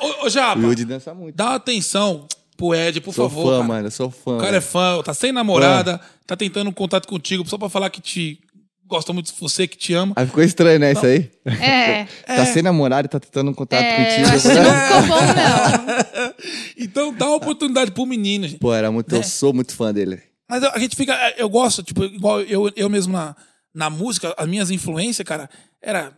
B: ô, ô, Japa,
D: O Yudi dança muito.
B: dá uma atenção pro Ed, por
D: Sou
B: favor.
D: fã,
B: cara.
D: mano. eu Sou fã.
B: O cara é
D: mano.
B: fã, tá sem namorada, tá tentando um contato contigo só pra falar que te gosta muito de você, que te ama.
D: Aí ficou estranho, né? Isso aí.
C: É.
D: Tá sem namorado e tá tentando um contato
C: É, eu
D: contigo.
C: acho que não ficou bom, não.
B: Então dá uma oportunidade pro menino, gente.
D: Pô, era muito.
B: É.
D: Eu sou muito fã dele.
B: Mas eu- a gente fica. Eu gosto, tipo, igual eu, eu mesmo na, na música, as minhas influências, cara, era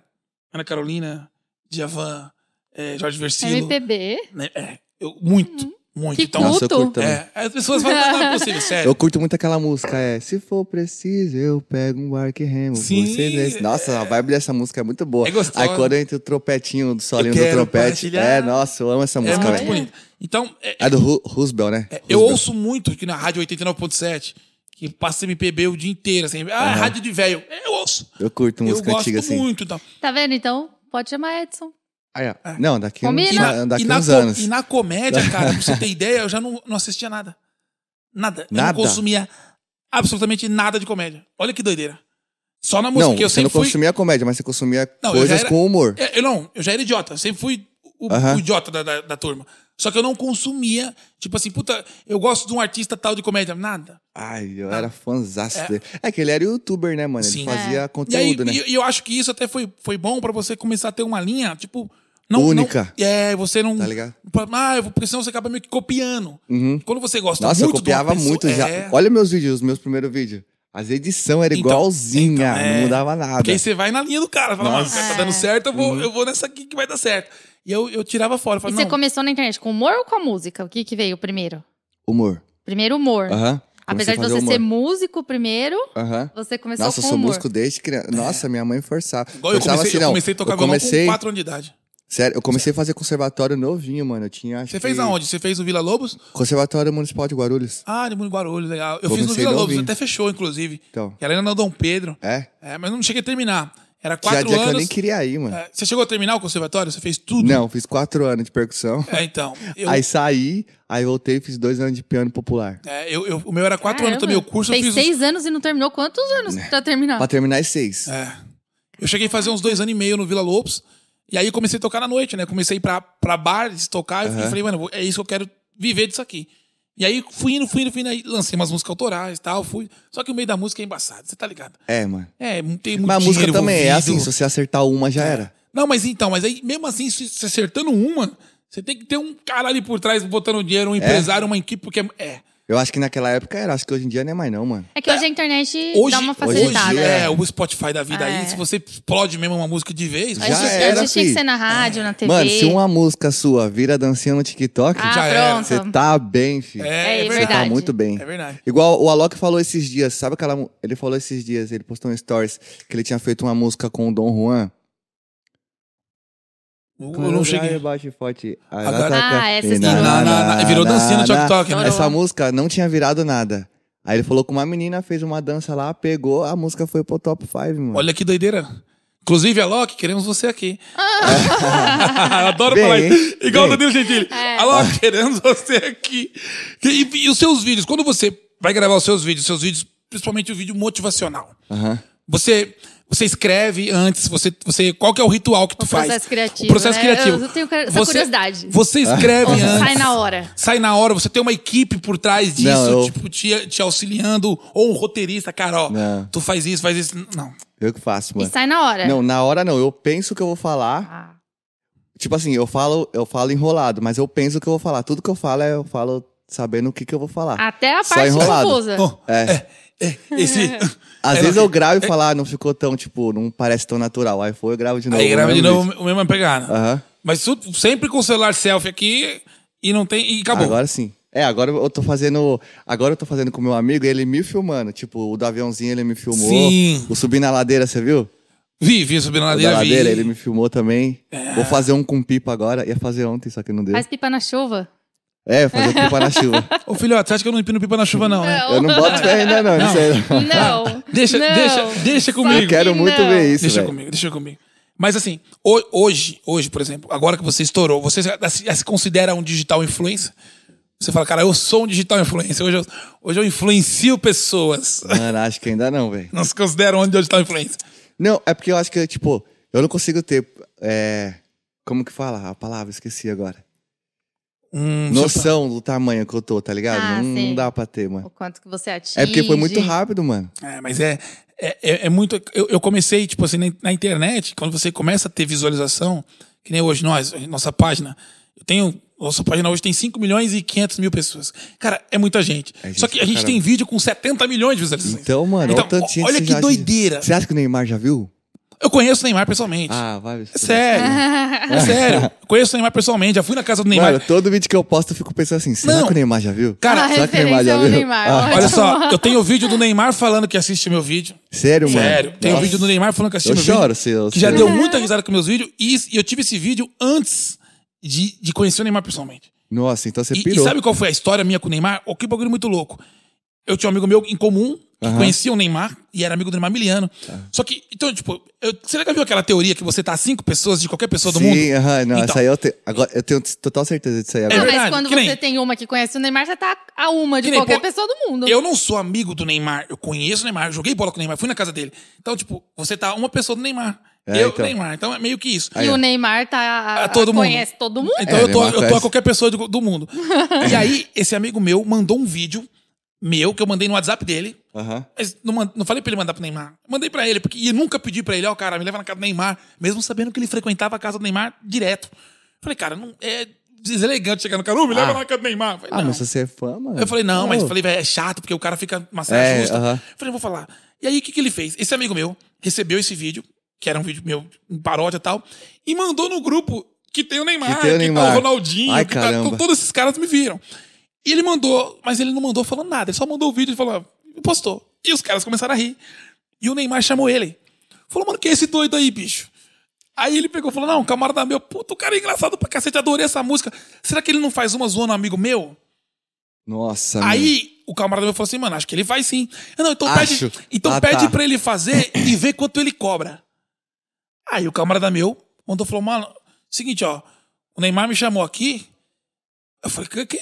B: Ana Carolina, Djavan, eh, Jorge Versilo.
C: MPB.
B: né? É, eu, muito, Muito.
C: Que
B: então,
D: Nossa, eu
C: Puto.
D: curto também.
B: é, as pessoas falam, não, não é possível, sério.
D: Eu curto muito aquela música, é Se for preciso, eu pego um barco e remo.
B: Sim,
D: Você desce. Nossa, a vibe dessa música é muito boa.
B: É gostosa.
D: Aí quando entra o tropetinho do solinho do
B: quero
D: trompete.
B: partilhar.
D: É, nossa, eu amo essa
B: É
D: música,
B: muito
D: velho.
B: bonito. Então, é,
D: É do Ru- Roosevelt, né?
B: É, eu
D: Roosevelt.
B: ouço muito aqui na rádio 89.7, que passa MPB o dia inteiro, assim. Ah, rádio de velho. Eu ouço.
D: Eu curto
B: Eu
D: música
B: gosto
D: antiga assim.
B: muito. Então.
C: Tá vendo? Então, pode chamar Edson.
D: Aí, ó. Não, daqui uns,
C: Combina.
D: na- daqui
B: É. e, na
D: uns
B: co-
D: anos.
B: e na comédia, cara, pra você ter ideia, eu já não, não assistia nada. Nada. Eu
D: Nada?
B: não consumia absolutamente nada de comédia. Olha que doideira. Só na música,
D: Não,
B: que eu
D: você não
B: sempre fui...
D: consumia comédia, mas você consumia
B: Não, eu já
D: coisas
B: era-
D: com humor.
B: É, Eu não, eu já era idiota. Eu sempre fui o, o
D: Aham.
B: idiota da, da- da turma. Só que eu não consumia, tipo assim, puta, eu gosto de um artista tal de comédia. Nada.
D: Ai, eu era fãzaço dele. É que ele era youtuber, né, mano?
B: Ah. Sim.
D: Ele fazia
B: E, aí,
D: conteúdo, né?
B: e- e eu acho que isso até foi, foi bom pra você começar a ter uma linha, tipo. Não,
D: Única.
B: não- é, você não.
D: Tá ligado? Uhum.
B: Ah, eu vou- porque senão você acaba meio que copiando. Quando você gosta
D: Nossa, eu
B: muito. de uma
D: copiava
B: pessoa-
D: muito já.
B: é,
D: Olha meus vídeos, os meus primeiros vídeos. As edições eram
B: Então,
D: igualzinha,
B: então, é.
D: não mudava nada. Uhum.
B: Porque aí você vai na linha do cara. Fala, mano,
D: Nossa.
B: tá dando certo, eu vou, eu vou nessa aqui que vai dar certo. E eu, eu tirava fora. eu
C: E
B: Falava,
C: você
B: não,
C: começou na internet com humor ou com a música? O que, que veio primeiro?
D: Humor.
C: Primeiro humor.
D: Aham.
C: Apesar
D: Comecei a
C: de
D: fazer
C: você
D: humor.
C: ser músico primeiro,
D: Aham.
C: você começou
D: Nossa, eu
C: com
D: sou
C: humor.
D: músico desde criança. Nossa, minha mãe forçava.
B: É. Igual eu
D: Forçava
B: comecei,
D: assim,
B: eu
D: não.
B: comecei a tocar
D: eu
B: violão
D: comecei,
B: com 4 anos de idade.
D: Sério, eu comecei a fazer conservatório novinho, mano. Eu tinha, acho
B: Você fez
D: que-
B: aonde? Você fez o Vila Lobos?
D: Conservatório Municipal de Guarulhos.
B: Ah, de Mundo Guarulhos, legal. Eu fiz no
D: Comecei
B: Vila Lobos,
D: novinho.
B: até fechou, inclusive.
D: Então.
B: Que era na Dom Pedro.
D: É?
B: É, mas não cheguei a terminar. Era
D: Já
B: quatro
D: dia que eu
B: anos.
D: nem queria ir, mano.
B: É, Você chegou a terminar o conservatório? Você fez tudo?
D: Não, fiz quatro anos de percussão.
B: É, então. Eu,
D: Aí saí, aí voltei e fiz dois anos de piano popular.
B: é, eu- eu- o meu era quatro anos
C: Caramba.
B: também. O curso
C: Fez
B: eu fiz. os-
C: seis anos e não terminou. Quantos anos pra terminar?
D: Pra terminar, é seis.
B: É. Eu cheguei a fazer uns dois anos e meio no Vila Lobos. E aí eu comecei a tocar na noite, né? Comecei a ir pra, pra bares tocar. E falei, mano, vou- é isso que eu quero viver disso aqui. E aí fui indo, fui indo, fui indo. Aí lancei umas músicas autorais e tal. Fui. Só que o meio da música é embaçado, você tá ligado?
D: É, mano.
B: É, não tem muito
D: Mas a música
B: dinheiro
D: também é
B: envolvido.
D: assim, se você acertar uma, já era.
B: Não, mas então, mas aí, mesmo assim, se se acertando uma, você tem que ter um cara ali por trás botando dinheiro, um
D: É.
B: empresário, uma equipe, porque é- é.
D: Eu acho que naquela época era, acho que hoje em dia não é mais não, mano.
C: É que hoje a internet
B: Hoje,
C: dá uma
B: hoje
C: facilitada. né?
B: é o Spotify da vida
C: É.
B: aí. Se você explode mesmo uma música de vez,
D: Já
C: Antes,
B: já é.
D: era,
C: antes tinha que
D: fi.
C: ser na rádio, na TV.
D: Mano, se uma música sua vira dancinha no TikTok,
C: Ah,
B: já era.
C: pronto.
D: você tá bem, filho.
B: É, é
C: É
D: Você
B: verdade.
D: tá
C: verdade.
D: muito bem.
B: É verdade.
D: Igual o Alok falou esses dias, sabe aquela. mu- Ele falou esses dias, ele postou um stories que ele tinha feito uma música com o Dom Juan.
B: Eu eu não cheguei.
D: Bate forte.
B: Agora-
C: Ah, essa estourou.
B: Na- na- na- virou dancinha no TikTok,
C: né?
D: Essa
C: Estourou.
D: música não tinha virado nada. Aí ele falou que uma menina fez uma dança lá, pegou, a música foi pro top 5, mano.
B: Olha que doideira. Inclusive, Alok, queremos você aqui. Adoro
D: Bem,
B: falar isso.
D: hein?
B: Igual o
D: Bem.
B: Danilo Gentili.
C: É.
B: Alok, queremos você aqui. E, e- e os seus vídeos, quando você vai gravar os seus vídeos, seus vídeos, principalmente o vídeo motivacional,
D: Aham.
B: Você, você escreve antes, você, você, qual que é o ritual que tu faz?
C: processo criativo,
B: O processo
C: né?
B: criativo.
C: Eu tenho essa curiosidade.
B: Você escreve
C: Ou
B: antes.
C: sai na hora.
B: Sai na hora, você tem uma equipe por trás disso,
D: Não, eu-
B: tipo, te, te auxiliando, ou um roteirista, cara, ó,
D: Não.
B: tu faz isso, faz isso. Não.
D: Eu que faço,
C: E
D: mano.
C: sai na hora.
D: Não, na hora não. Eu penso o que eu vou falar.
C: Ah,
D: Tipo assim, eu falo, eu falo enrolado, mas eu penso o que eu vou falar. Tudo que eu falo é eu falo sabendo o que, que eu vou falar.
C: até a
D: Só
C: parte
D: enrolado.
C: confusa.
B: Oh,
D: É.
B: é, esse.
D: Às
B: É,
D: vezes
B: não.
D: eu gravo e falo, ah, não ficou tão, tipo, não parece tão natural. Aí foi, eu gravo de novo.
B: Aí grava de
D: mesmo
B: novo
D: jeito.
B: o mesmo pegada.
D: Aham.
B: Mas tu, sempre com o celular selfie aqui e não tem. E acabou.
D: Agora sim. É, agora eu tô fazendo. Agora eu tô fazendo com meu amigo, ele me filmando. Tipo, o do aviãozinho ele me filmou.
B: Sim.
D: O subir na ladeira, você viu?
B: Vi, vi subindo na
D: O da
B: ladeira, vi. É.
D: ladeira, ele me filmou também. Vou fazer um com pipa agora. Ia fazer ontem, só que não deu.
C: Faz pipa na chuva.
D: É, fazer pipa na chuva.
B: Ô, filhote, você acha que eu não empino pipa na chuva, não, né?
D: Eu não boto fé ainda, não. Isso aí não.
C: Não.
B: Deixa,
C: não.
B: deixa, deixa
C: Só
B: comigo.
D: Eu quero muito
C: não.
D: ver isso.
B: deixa
D: velho.
B: comigo, deixa comigo. Mas assim, ho- hoje, hoje, por exemplo, agora que você estourou, você já se já se considera um digital influencer? Você fala, cara, eu sou um digital influencer. Hoje eu, hoje eu influencio pessoas.
D: Mano, acho que ainda não, velho.
B: Não se considera um digital influencer.
D: Não, é porque eu acho que, tipo, eu não consigo ter. é, como que fala a palavra? Esqueci agora.
B: Hum, seu-
D: Noção do tamanho que eu tô, tá ligado?
C: Ah,
D: não, não
C: sim. Um
D: dá pra ter, mano.
C: O quanto que você atinge.
D: É porque foi muito rápido, mano.
B: É, mas é, é, é- é muito. Eu, eu comecei, tipo assim, na, in- na internet, quando você começa a ter visualização, que nem hoje nós, nossa página, eu tenho. Nossa página hoje tem 5 milhões e 500 mil pessoas. Cara, é muita gente.
D: gente
B: Só que a
D: pra
B: gente
D: caramba.
B: tem vídeo com 70 milhões de visualizações.
D: Então, mano,
B: Então,
D: olha o tantinho
B: olha
D: você
B: que
D: já-
B: doideira.
D: Você acha que o Neymar já viu?
B: Eu conheço o Neymar pessoalmente.
D: Ah, vai.
B: É sério. É sério. Eu conheço o Neymar pessoalmente. Já fui na casa do Neymar.
D: Mano, todo vídeo que eu posto eu fico pensando assim, será
B: Não.
D: que o Neymar já viu?
B: Cara,
C: a
D: será que o
C: referência
D: Neymar já
C: é o
D: viu?
C: Neymar.
D: Ah,
C: ótimo.
B: Olha só, eu tenho vídeo do Neymar falando que assiste meu vídeo.
D: Sério, mano?
B: Sério. Tem o
D: Nossa.
B: vídeo do Neymar falando que assiste
D: Eu
B: meu
D: choro
B: vídeo.
D: se eu...
B: Que já deu muita risada com meus vídeos. E, e eu tive esse vídeo antes de, de conhecer o Neymar pessoalmente.
D: Nossa, então você
B: E, e
D: pirou.
B: sabe qual foi a história minha com o Neymar? Oh, que bagulho muito louco. Eu tinha um amigo meu em comum, que
D: Aham. Tá.
B: conhecia o Neymar e era amigo do Neymar miliano. Só que, então, tipo, eu, você já viu aquela teoria que você tá a cinco pessoas de qualquer pessoa do mundo?
D: Sim, aham, não,
B: Então, É
D: essa aí eu, te... Agora, eu tenho total certeza disso aí
C: Não,
D: agora.
B: verdade,
C: mas quando
B: que
C: você
B: nem-
C: tem uma que conhece o Neymar, já tá a uma de
B: Que nem,
C: qualquer
B: pô,
C: pessoa do mundo.
B: Eu não sou amigo do Neymar, eu conheço o Neymar, eu joguei bola com o Neymar, fui na casa dele. Então, tipo, você tá uma pessoa do Neymar.
D: É,
B: eu,
D: então.
B: Neymar. Então é meio que isso.
C: E o Neymar tá, a-
B: Ah, todo mundo.
C: conhece todo mundo.
B: Então
D: É,
B: eu, tô,
D: Neymar
B: eu tô a
D: conhece.
B: qualquer pessoa do, do mundo. e aí, esse amigo meu mandou um vídeo meu, que eu mandei no WhatsApp dele.
D: Aham.
B: Mas não, man- não falei pra ele mandar pro Neymar. Mandei pra ele, porque e nunca pedi pra ele, ó, cara, me leva na casa do Neymar, mesmo sabendo que ele frequentava a casa do Neymar direto. Falei, cara, não é deselegante chegar no cara, "Ô, me leva
D: Ah.
B: na casa do Neymar. Falei,
D: Ah,
B: não.
D: mas você é fã, mano.
B: Eu falei, não, mas
D: Oh.
B: falei, velho, é chato, porque o cara fica uma saia
D: É,
B: justa.
D: aham.
B: Falei, vou falar. E aí, o que, que ele fez? Esse amigo meu recebeu esse vídeo, que era um vídeo meu, um paródia e tal, e mandou no grupo que tem o Neymar,
D: Que
B: que,
D: tem o
B: tá
D: Neymar.
B: o Ronaldinho,
D: Ai,
B: que tá-
D: caramba.
B: todos esses caras me viram. E ele mandou, mas ele não mandou falando nada, ele só mandou o vídeo e falou, ó, postou. E os caras começaram a rir. E o Neymar chamou ele. Falou, mano, quem é esse doido aí, bicho? Aí ele pegou e falou: Não, camarada meu, puto, o cara é engraçado pra cacete, adorei essa música. Será que ele não faz uma zoando um amigo meu?
D: Nossa, mano.
B: Aí o camarada meu falou assim, mano, acho que ele vai sim. Eu, Não, então pede,
D: Acho.
B: então
D: Ah,
B: pede
D: tá.
B: pra ele fazer e ver quanto ele cobra. Aí o camarada meu mandou falou, mano, seguinte, ó, o Neymar me chamou aqui. Eu falei, que, que?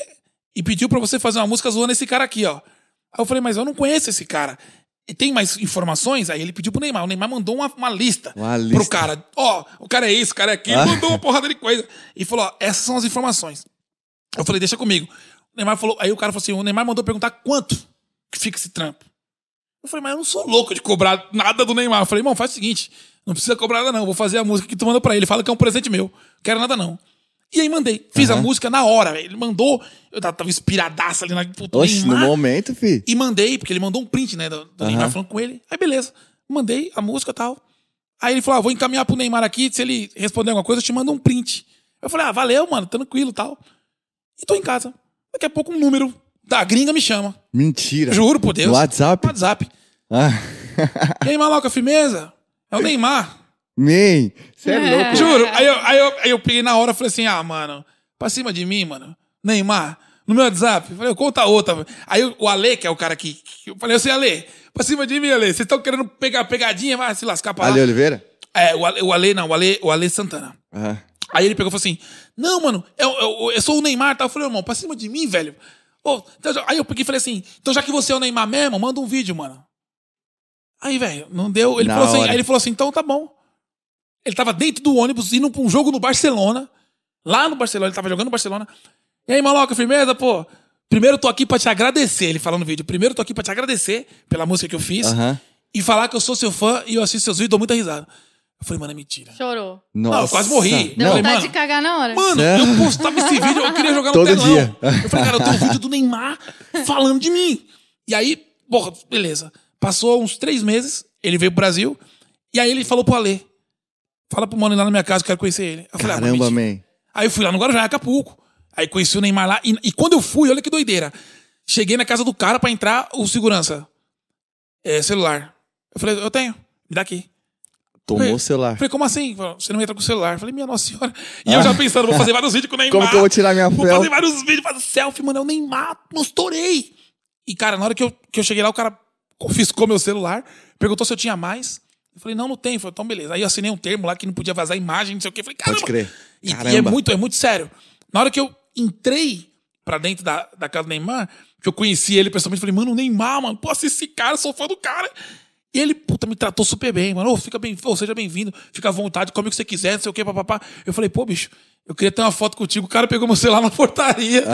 B: E pediu pra você fazer uma música zoando esse cara aqui, ó. Aí eu falei, mas eu não conheço esse cara. E tem mais informações? Aí ele pediu pro Neymar. O Neymar mandou uma, uma lista
D: Uma lista.
B: pro cara. Ó, o cara é isso, o cara é aquilo.
D: Ah.
B: Mandou uma porrada de coisa. E falou, ó, essas são as informações. Eu falei, deixa comigo. O Neymar falou, aí o cara falou assim: o Neymar mandou perguntar quanto que fica esse trampo. Eu falei, mas eu não sou louco de cobrar nada do Neymar. Eu falei, irmão, faz o seguinte: não precisa cobrar nada, não. eu Vou fazer a música que tu mandou pra ele. Fala que é um presente meu. Quero nada, não. E aí mandei. Fiz a
D: Aham.
B: música na hora, velho. Ele mandou. Eu tava tava inspiradaço ali na puta
D: Oxe, no
B: Neymar.
D: momento, fi.
B: E mandei, porque ele mandou um print, né, do, do
D: Aham.
B: Neymar falando com ele. Aí beleza. Mandei a música e tal. Aí ele falou: ah, vou encaminhar pro Neymar aqui. Se ele responder alguma coisa, eu te mando um print. Eu falei: ah, valeu, mano, tranquilo e tal. E tô em casa. Daqui a pouco um número da gringa me chama.
D: Mentira.
B: Juro por Deus.
D: No É. WhatsApp?
B: WhatsApp.
D: Ah.
B: E aí, maloca, firmeza? É o Neymar.
D: Man, você é
C: É.
D: louco.
B: Juro. Aí eu, aí, eu, aí eu peguei na hora e falei assim: ah, mano, pra cima de mim, mano. Neymar, no meu WhatsApp. Falei, conta outra. Aí o- o Ale, que é o cara que. que- eu falei assim: Ale, pra cima de mim, Ale. Vocês estão querendo pegar pegadinha? Vai se lascar pra lá.
D: Ali Oliveira?
B: É, o Ale, o Ale não, o Ale, o Ale Santana.
D: Aham.
B: Aí ele pegou e falou assim: Não, mano, eu, eu, eu sou o Neymar tá? Eu falei, irmão, pra cima de mim, velho. Ô, então já- aí eu peguei e falei assim: Então já que você é o Neymar mesmo, manda um vídeo, mano. Aí, velho, não deu. Ele
D: Na
B: falou, assim,
D: hora.
B: aí ele falou assim: Então tá bom. Ele tava dentro do ônibus indo pra um jogo no Barcelona. Lá no Barcelona, ele tava jogando no Barcelona. E aí, maloca, firmeza, pô. Primeiro eu tô aqui pra te agradecer, ele falou no vídeo. Primeiro eu tô aqui pra te agradecer pela música que eu fiz
D: Aham.
B: e falar que eu sou seu fã e eu assisto seus vídeos e dou muita risada. Eu falei, mano, é mentira.
C: Chorou.
D: Nossa.
B: eu quase morri.
C: Deu
B: Não,
C: vontade
B: mano.
C: de cagar na hora.
B: Mano,
D: Sério?
B: eu postava esse vídeo, eu queria jogar no
D: É. Todo
B: telão.
D: dia.
B: Eu falei, cara, eu tenho um vídeo do Neymar falando de mim. E aí, porra, beleza. Passou uns três meses, ele veio pro Brasil, e aí ele falou pro Alê. Fala pro mano ir lá na minha casa, eu quero conhecer ele. Eu falei, ah, mas-
D: Caramba, man.
B: Aí eu fui lá no Guarujá, em Acapulco. Aí conheci o Neymar lá. E, e quando eu fui, olha que doideira. Cheguei na casa do cara pra entrar, o segurança. É, celular. Eu falei, eu tenho, me dá aqui.
D: Tomou o celular. Ah.
B: Falei, como assim? Falou, Você não entra com o celular. Falei, minha nossa senhora. E eu já pensando, vou fazer vários vídeos com o Neymar.
D: Como que eu vou tirar minha
B: Vou
D: fel?
B: fazer vários vídeos, fazer selfie, mano. É o Neymar, estourei. E, cara, na hora que eu, que eu cheguei lá, o cara confiscou meu celular, perguntou se eu tinha mais. Eu falei, não, não tem. Falei, então beleza. Aí eu assinei um termo lá que não podia vazar imagem, não sei o quê. Falei, caramba.
D: Pode crer.
B: E, e é
D: Caramba.
B: muito, é muito sério. Na hora que eu entrei pra dentro da, da casa do Neymar, que eu conheci ele pessoalmente, falei, mano, o Neymar, mano, pô, assiste esse cara, sou fã do cara. E ele, puta, me tratou super bem, mano. Ô, fica bem, ô, seja bem-vindo, fica à vontade, come o que você quiser, não sei o que, papapá. Eu falei, pô, bicho, eu queria ter uma foto contigo. O cara pegou meu celular na portaria.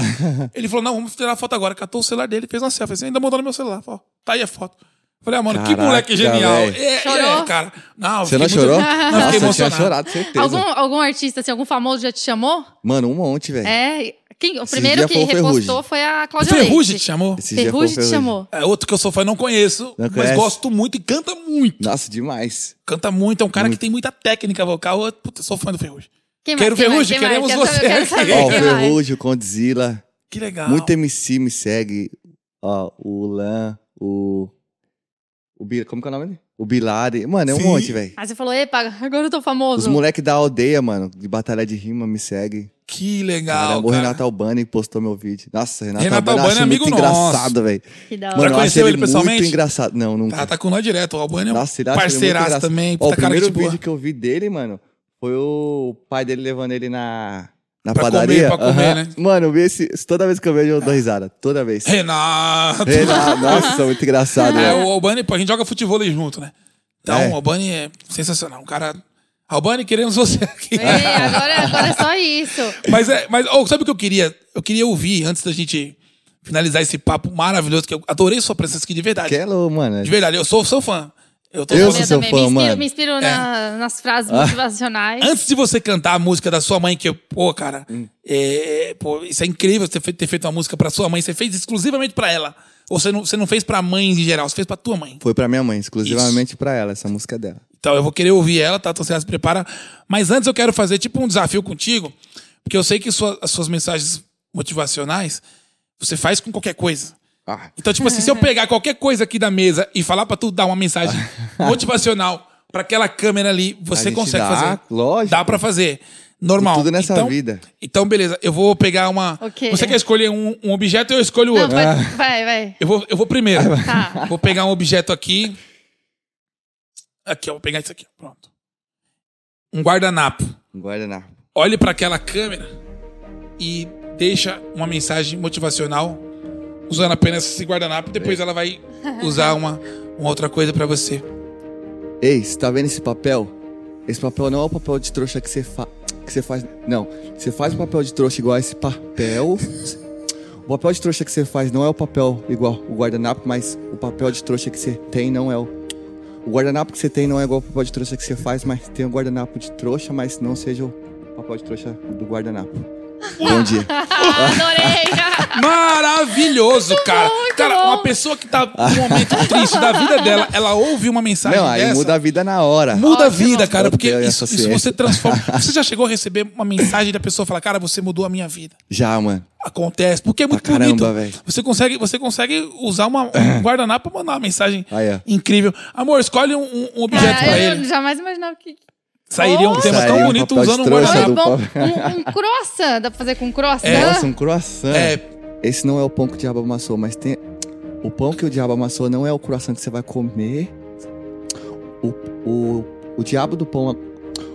B: ele falou, não, vamos tirar a foto agora. Catou o celular dele, fez uma selfie. Assim, ainda mandou no meu celular. Falou, tá aí a foto. Eu Falei, ah, mano, que
D: Caraca,
B: moleque genial.
D: velho.
B: É,
C: Chorou?
B: é, cara. Não, eu
D: Você não
B: fiquei muito-
D: chorou?
B: Não, eu
D: Nossa,
B: fiquei
D: eu tinha
B: emocionado.
D: chorado, certeza.
C: Algum, algum artista, assim, algum famoso já te chamou?
D: Mano, um monte, velho.
C: É. Quem, o
D: Esse
C: primeiro
D: dia
C: que
D: foi o Ferrugem.
C: repostou foi a Cláudia Leite.
B: Ferrugem te chamou?
D: Esse dia foi
C: Ferrugem te
D: Ferrugem.
C: chamou.
B: É outro que eu sou fã, não conheço, mas
D: conhece?
B: gosto muito e canta muito.
D: Nossa, demais.
B: Canta muito, é um cara que tem muita técnica vocal. Eu, puta, sou fã do Ferrugem.
C: Quem
B: Quero
C: Quem
B: Ferrugem,
C: Quem
B: queremos
C: Quero saber-
B: você
C: quero
B: aqui.
C: saber
D: Ó, o
C: quem mais.
D: Ferrugem, o Condzilla.
B: Que legal.
D: Muito MC me segue. Ó, o Lan, o. o Bi- como que é o nome dele? O Bilari. Mano, é um
B: Sim.
D: monte, velho.
C: Ah, você falou, epa, agora eu tô famoso.
D: Os moleque da aldeia, mano, de batalha de rima, me segue.
B: Que legal,
D: Caramba, o
B: cara.
D: Renato é Albani postou meu vídeo. Nossa, Renato,
B: Renato
D: Albani, eu
B: Albani é
D: acho muito
B: amigo
D: engraçado, velho.
C: Que da
B: Mano,
C: hora.
D: Mano, eu acho
B: conheceu
D: ele,
B: ele pessoalmente?
D: muito engraçado. Não, nunca.
B: Tá, tá com nós direto. O Albani é um
D: um Nossa, ele acha ele muito
B: parceiraço
D: engraçado.
B: também.
D: Ó, o
B: Puta cara tipo-
D: primeiro
B: que boa.
D: vídeo que eu vi dele, mano, foi o pai dele levando ele na, na
B: Pra comer,
D: padaria.
B: pra comer,
D: Aham.
B: né?
D: Mano, eu vi esse. Toda vez que eu vejo, eu dou risada. Toda vez.
B: Renato.
D: Ele- ah, nossa, muito engraçado. né?
B: É,
D: velho.
B: o Albani, pô, a gente joga futebol aí junto, né? Então,
D: É.
B: o Albani é sensacional. Um cara. Albani, queremos você aqui.
C: Ei, agora, agora é só isso.
B: Mas, é, mas ô, sabe o que eu queria? Eu queria ouvir, antes da gente finalizar esse papo maravilhoso, que eu adorei sua presença aqui, de verdade.
D: Aquela, é mano.
B: De verdade, eu sou, sou fã. Eu tô fã.
D: Eu sou
C: Eu
D: é seu
C: também
D: fã,
C: me inspiro,
D: mano.
C: me
D: Ah.
B: É.
C: inspiro na- nas frases motivacionais.
B: Antes de você cantar a música da sua mãe, que eu, pô, cara,
D: Hum.
B: é, pô, isso é incrível você ter feito, ter feito uma música pra sua mãe. Você fez exclusivamente pra ela. Ou você não, você não fez pra mãe em geral, você fez pra tua mãe.
D: Foi pra minha mãe, exclusivamente pra ela, essa música dela.
B: Então eu vou querer ouvir ela, tá? Então você já se prepara. Mas antes eu quero fazer tipo um desafio contigo, porque eu sei que sua- as suas mensagens motivacionais você faz com qualquer coisa.
D: Ah,
B: Então, tipo assim, se eu pegar qualquer coisa aqui da mesa e falar pra tu dar uma mensagem motivacional pra aquela câmera ali, você
D: gente
B: consegue
D: dá,
B: fazer.
D: lógico.
B: Dá pra fazer. Normal.
D: Tudo nessa
B: então,
D: vida.
B: Então, beleza. Eu vou pegar uma.
C: Ok.
B: Você quer escolher um, um objeto, eu escolho o
C: Não,
B: outro.
D: ah.
C: vai, vai, vai.
B: Eu vou, eu vou primeiro.
C: Tá.
B: Vou pegar um objeto aqui. Aqui, ó. Vou pegar isso aqui. ó, Pronto. Um guardanapo.
D: um guardanapo.
B: Olhe para aquela câmera e deixa uma mensagem motivacional usando apenas esse guardanapo. Depois ela vai usar uma, uma outra coisa para você.
D: Ei, você tá vendo esse papel? Esse papel não é o papel de trouxa que você fa... que você faz. Não, você faz o papel de trouxa igual a esse papel. O papel de trouxa que você faz não é o papel igual o guardanapo, mas o papel de trouxa que você tem não é o. O guardanapo que você tem não é igual o papel de trouxa que você faz, mas tem o guardanapo de trouxa, mas não seja o papel de trouxa do guardanapo. Bom dia.
C: Adorei. Ah,
B: Maravilhoso, cara.
C: muito
B: cara,
C: bom.
B: uma pessoa que tá num momento triste da vida dela, ela ouve uma mensagem
D: Não, aí
B: dessa.
D: muda a vida na hora.
B: Muda a
C: Ótimo.
B: vida, cara, porque
D: Eu tenho
B: isso,
D: essa
B: isso
D: ciência.
B: você transforma. Você já chegou a receber uma mensagem da pessoa falar, cara, você mudou a minha vida.
D: Já, mano.
B: Acontece, porque é muito
D: caramba,
B: bonito.
D: velho.
B: Você consegue, você consegue usar uma, um guardanapo pra mandar uma mensagem
D: Aí, ó.
B: incrível. Amor, escolhe um, um- um objeto pra
C: Cara, Ah, eu
B: ele.
C: jamais imaginava que...
B: Sairia um tema
D: Sairia
B: tão
D: um
B: bonito
D: papel de
B: usando um
D: trouxa
C: Foi
D: do-
B: guardanapo.
C: bom. Um, um croissant. Dá pra fazer com croissant?
D: Nossa, um croissant.
B: É,
D: Esse não é o pão que o diabo amassou, mas tem. O pão que o diabo amassou não é o coração que você vai comer. O, o, o diabo do pão.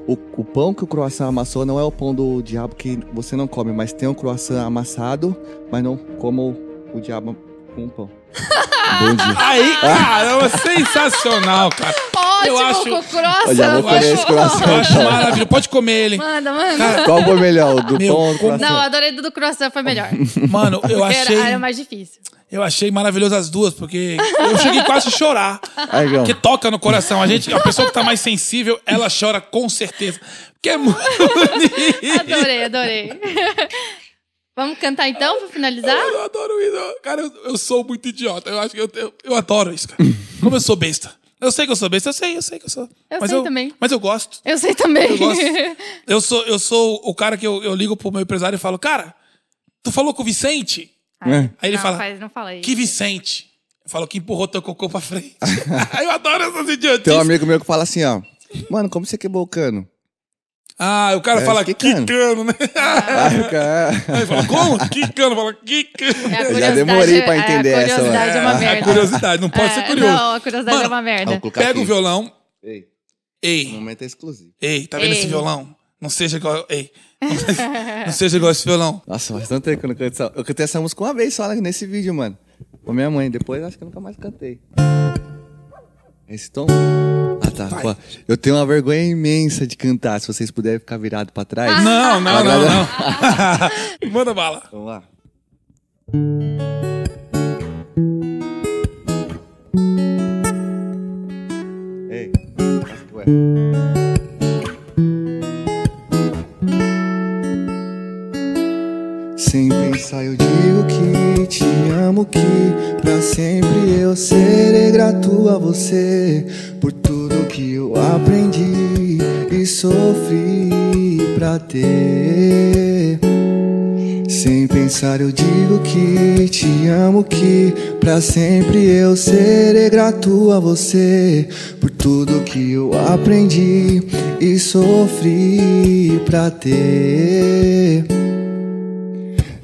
D: O, o pão que o croissant amassou não é o pão do diabo que você não come, mas tem um croissant amassado, mas não como o diabo com o pão. Bom dia.
B: aí,
C: Ah.
B: caramba, sensacional, cara.
C: Ótimo,
B: Eu acho-
C: com croissant.
D: Eu já vou comer esse croissant.
B: Eu acho maravilhoso. Pode comer ele.
C: Manda, manda.
B: Cara,
D: Qual foi melhor? O do
B: Meu,
D: pão ou do
B: como-
D: croissant?
C: Não, adorei do do croissant, foi melhor.
B: Mano, eu
C: Era,
B: achei,
C: era mais difícil.
B: eu achei maravilhoso as duas, porque eu cheguei quase a chorar.
D: Aí, Gão.
B: Porque toca no coração. A gente, a pessoa que tá mais sensível, ela chora com certeza. Porque é muito bonito.
C: Adorei, adorei. Vamos cantar então pra finalizar?
B: Eu adoro isso. Cara, eu, eu sou muito idiota. Eu acho que eu, eu, eu adoro isso, cara. Como eu sou besta. Eu sei que eu sou besta, eu sei, eu sei que eu sou.
C: Eu sei também.
B: Mas eu gosto.
C: Eu sei também.
B: Eu gosto. eu, sou, eu sou o cara que eu, eu ligo pro meu empresário e falo, cara, tu falou com o Vicente?
D: É.
B: Aí ele
C: não,
B: fala,
C: faz- não fala isso.
B: que Vicente? Eu falo que empurrou teu cocô pra frente. eu adoro essas
D: Tem um
B: idiotices.
D: amigo meu que fala assim, ó. Mano, como você quebrou o cano?
B: Ah, o cara
D: É,
B: fala,
D: quicando.
B: quicando, né?
C: Ah.
D: Aí o cara-
B: Aí fala, como? Quicando, fala, quicando.
C: É, a
D: já
C: curiosidade-
D: demorei pra entender
C: a
D: essa,
C: curiosidade
D: mano.
C: é uma
B: Ah,
C: merda.
B: A curiosidade, não pode
C: É,
B: ser curioso.
C: Não, a curiosidade
B: Mano,
C: é uma merda.
D: Vou colocar
B: Pega
D: aqui.
B: o violão.
D: Ei, o
B: Ei,
D: momento é exclusivo.
B: ei, tá vendo
C: Ei.
B: esse violão? Não seja igual. Ei. Não seja- Não seja igual esse violão.
D: Nossa, faz tanto tempo que eu não canto essa... Eu cantei essa música uma vez só né, nesse vídeo, mano. Com minha mãe. Depois acho que eu nunca mais cantei. Esse tom... Ah, tá.
B: Vai.
D: Pô, Eu tenho uma vergonha imensa de cantar. Se vocês puderem ficar virado pra trás.
B: Não, não, não,
D: Agora-
B: não. Manda bala.
D: Vamos lá. Ei, acho que é. vai. Sempre você por tudo que eu aprendi e sofri pra ter. Sem pensar eu digo que te amo que pra sempre eu serei grato a você por tudo que eu aprendi e sofri pra ter.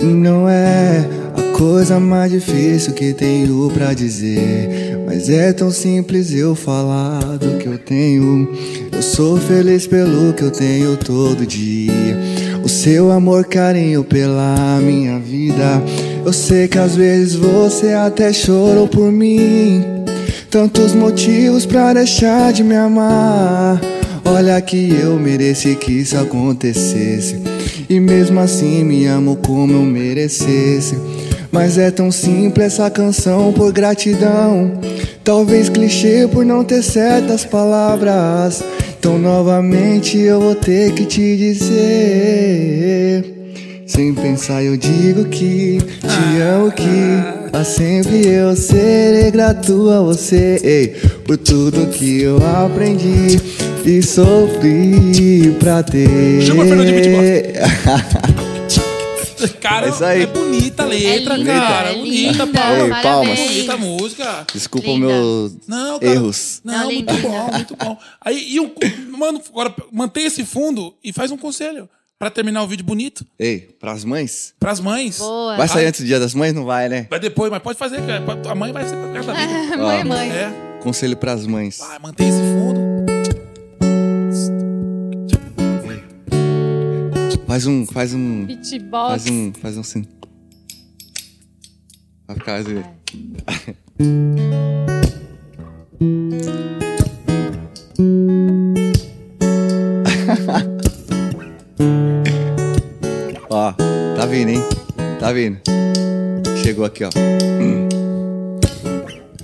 D: Não é a coisa mais difícil que tenho pra dizer, mas é tão simples eu falar do que eu tenho. Eu sou feliz pelo que eu tenho todo dia. O seu amor, carinho pela minha vida. Eu sei que às vezes você até chorou por mim. Tantos motivos pra deixar de me amar. Olha que eu mereci que isso acontecesse. E mesmo assim me amo como eu merecesse. Mas é tão simples essa canção por gratidão. Talvez clichê por não ter certas palavras. Então novamente eu vou ter que te dizer. Sem pensar eu digo que te amo que pra sempre eu serei grato a você ei, por tudo que eu aprendi e sofri pra ter.
B: Chama a Fernandinha Cara,
D: É isso aí.
B: é bonita a letra,
C: É linda,
B: cara.
C: é
B: bonita,
C: linda. É
B: Paulo.
D: Ei, palmas.
C: Parabéns.
B: Bonita a música.
D: Desculpa
C: Linda.
D: meus
B: Não, cara.
D: erros.
B: Não,
C: Não,
B: muito
C: linda.
B: bom, muito bom. Aí, e um, mano, agora mantém esse fundo e faz um conselho pra terminar o vídeo bonito
D: Ei, pras mães?
B: pras mães.
C: Boa.
D: Vai sair antes do dia das mães? Não vai, né?
B: Vai depois, mas pode fazer, cara. Pode- A mãe vai ser pra casa da vida.
C: mãe, mãe.
B: É.
D: Conselho pras mães.
B: Vai, mantém esse fundo.
D: Faz um, faz um,
C: Pitbox.
D: faz um, faz um assim. Vai ficar assim. Ó, tá vindo, hein? Tá vindo. Chegou aqui, ó.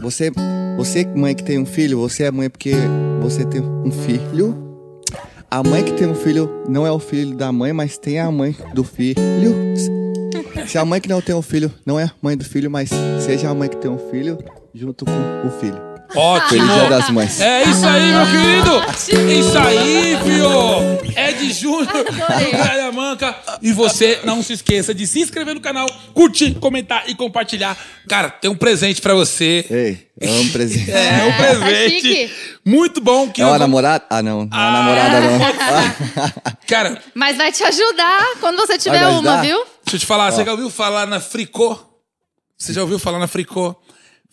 D: Você, você mãe que tem um filho, você é mãe porque você tem um filho. A mãe que tem um filho não é o filho da mãe, mas tem a mãe do filho. Se a mãe que não tem um filho não é mãe do filho, mas seja a mãe que tem um filho junto com o filho.
B: Ótimo.
D: Feliz Dia das Mães.
B: É isso aí, meu querido! Isso aí, fio! É de junho, Manca. E você não se esqueça de se inscrever no canal, curtir, comentar e compartilhar. Cara, tem um presente pra você.
D: Ei, é um presente.
B: É, um
C: Ah, tá
B: presente
C: chique.
B: muito bom que
D: É
B: eu
D: uma
B: vou-
D: namorada? Ah, não. Não é uma namorada, não.
B: Cara,
C: Mas vai te ajudar quando você tiver
D: Vai me
C: uma,
D: ajudar?
C: viu?
B: Deixa eu te falar, você já ouviu falar na Fricô? Você já ouviu falar na Fricô?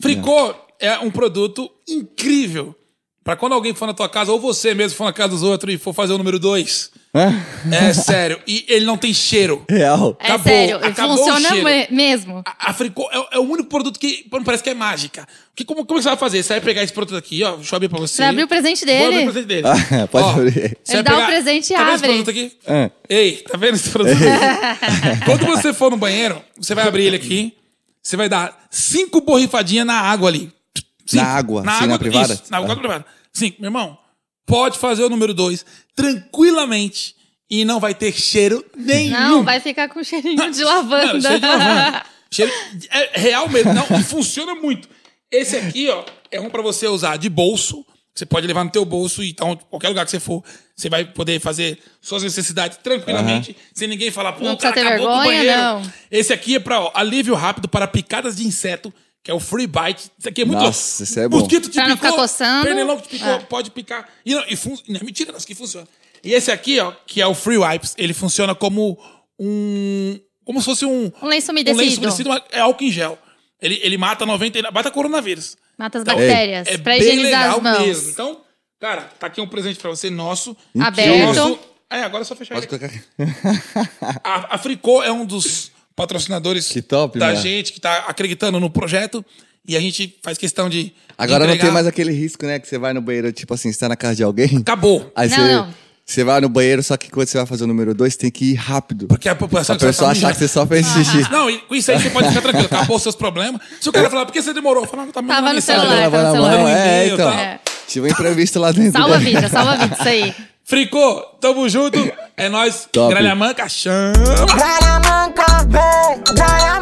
B: Fricô é um produto incrível. Pra quando alguém for na tua casa, ou você mesmo for na casa dos outros e for fazer o número dois. É sério. E ele não tem cheiro.
D: Real.
C: É
B: Acabou,
C: sério,
B: acabou o
C: funciona
B: cheiro.
C: me- mesmo.
B: A, a Fricô é, é o único produto que mano, parece que é mágica. Que, como, como é que você vai fazer? Você vai pegar esse produto aqui, ó. Deixa eu abrir pra você.
C: Você vai abrir o presente
B: Vou abrir o
C: dele.
B: presente dele.
D: Ah, pode abrir.
B: você vai
C: dá o
B: pegar-
C: presente e
B: tá Tá
C: abre.
B: vendo esse produto aqui?
D: Ah,
B: Ei, tá vendo esse produto? Quando você for no banheiro, você vai abrir ele aqui, você vai dar cinco borrifadinhas na água ali. Cinco.
D: Na água, assim, na privada?
B: Isso, na água privada. Cinco, meu irmão, pode fazer o número dois tranquilamente e não vai ter cheiro nenhum.
C: Não, vai ficar com cheirinho de
B: um.
C: lavanda.
B: Não, cheiro de lavanda. Cheiro- é real mesmo, não, e funciona muito. Esse aqui, ó, é um pra você usar de bolso. Você pode levar no teu bolso e então qualquer lugar que você for, você vai poder fazer suas necessidades tranquilamente, sem ninguém falar, pô,
C: Não
B: cara,
C: precisa ter
B: acabou com o
C: vergonha,
B: banheiro.
C: não.
B: Esse aqui é pra ó, alívio rápido para picadas de inseto, que é o Free Bite. Isso aqui é muito
D: Nossa,
B: louco.
D: isso é bom.
B: Mosquito te
C: Pra não
B: picou,
C: ficar coçando.
B: pernilongo te picou,
C: Ah.
B: pode picar. E não, e fun- não é mentira, não, isso aqui funciona. E esse aqui, ó, que é o Free Wipes, ele funciona como um... Como se fosse um...
C: Um
B: Um lenço
C: lenço umedecido.
B: umedecido, mas é álcool em gel. Ele, ele mata 90... Ele mata coronavírus.
C: Mata as
D: Tá
B: Então,
C: bactérias.
B: É
C: pra
B: bem
C: higienizar
B: legal
C: as mãos.
B: mesmo. Então, cara, tá aqui um presente pra você, nosso.
C: Aberto.
B: Nosso- É, agora é só fechar
D: pode
B: ele.
D: colocar.
B: A, a Fricô é um dos patrocinadores
D: Que top,
B: da
D: mano.
B: gente, que tá acreditando no projeto. E a gente faz questão de
D: Agora não
B: entregar.
D: tem mais aquele risco, né? Que você vai no banheiro, tipo assim, você tá na casa de alguém.
B: Acabou.
D: Aí
C: Não,
D: você,
C: não.
D: você vai no banheiro, só que quando você vai fazer o número dois, tem que ir rápido.
B: Porque a população...
D: Pra
B: que só
D: pessoa
B: tá
D: achar que
B: mijando. Ah.
D: você só fez xixi.
C: Ah.
B: Não, e com isso aí você pode ficar tranquilo. Acabou os seus problemas. Se o cara falar, por que você demorou? Eu falo, não, tá me
C: Tava
B: mandando
C: no
B: mensagem.
C: celular.
D: Tava na
C: tá no
D: mão,
B: celular.
D: é, então.
B: É.
D: Tive um imprevisto lá dentro.
C: Salva a vida, salva a vida, isso aí.
B: Fricô, tamo junto. É nóis.
D: Top.
B: Gralha Manca, chama.
A: Dai a manca, vem, dai a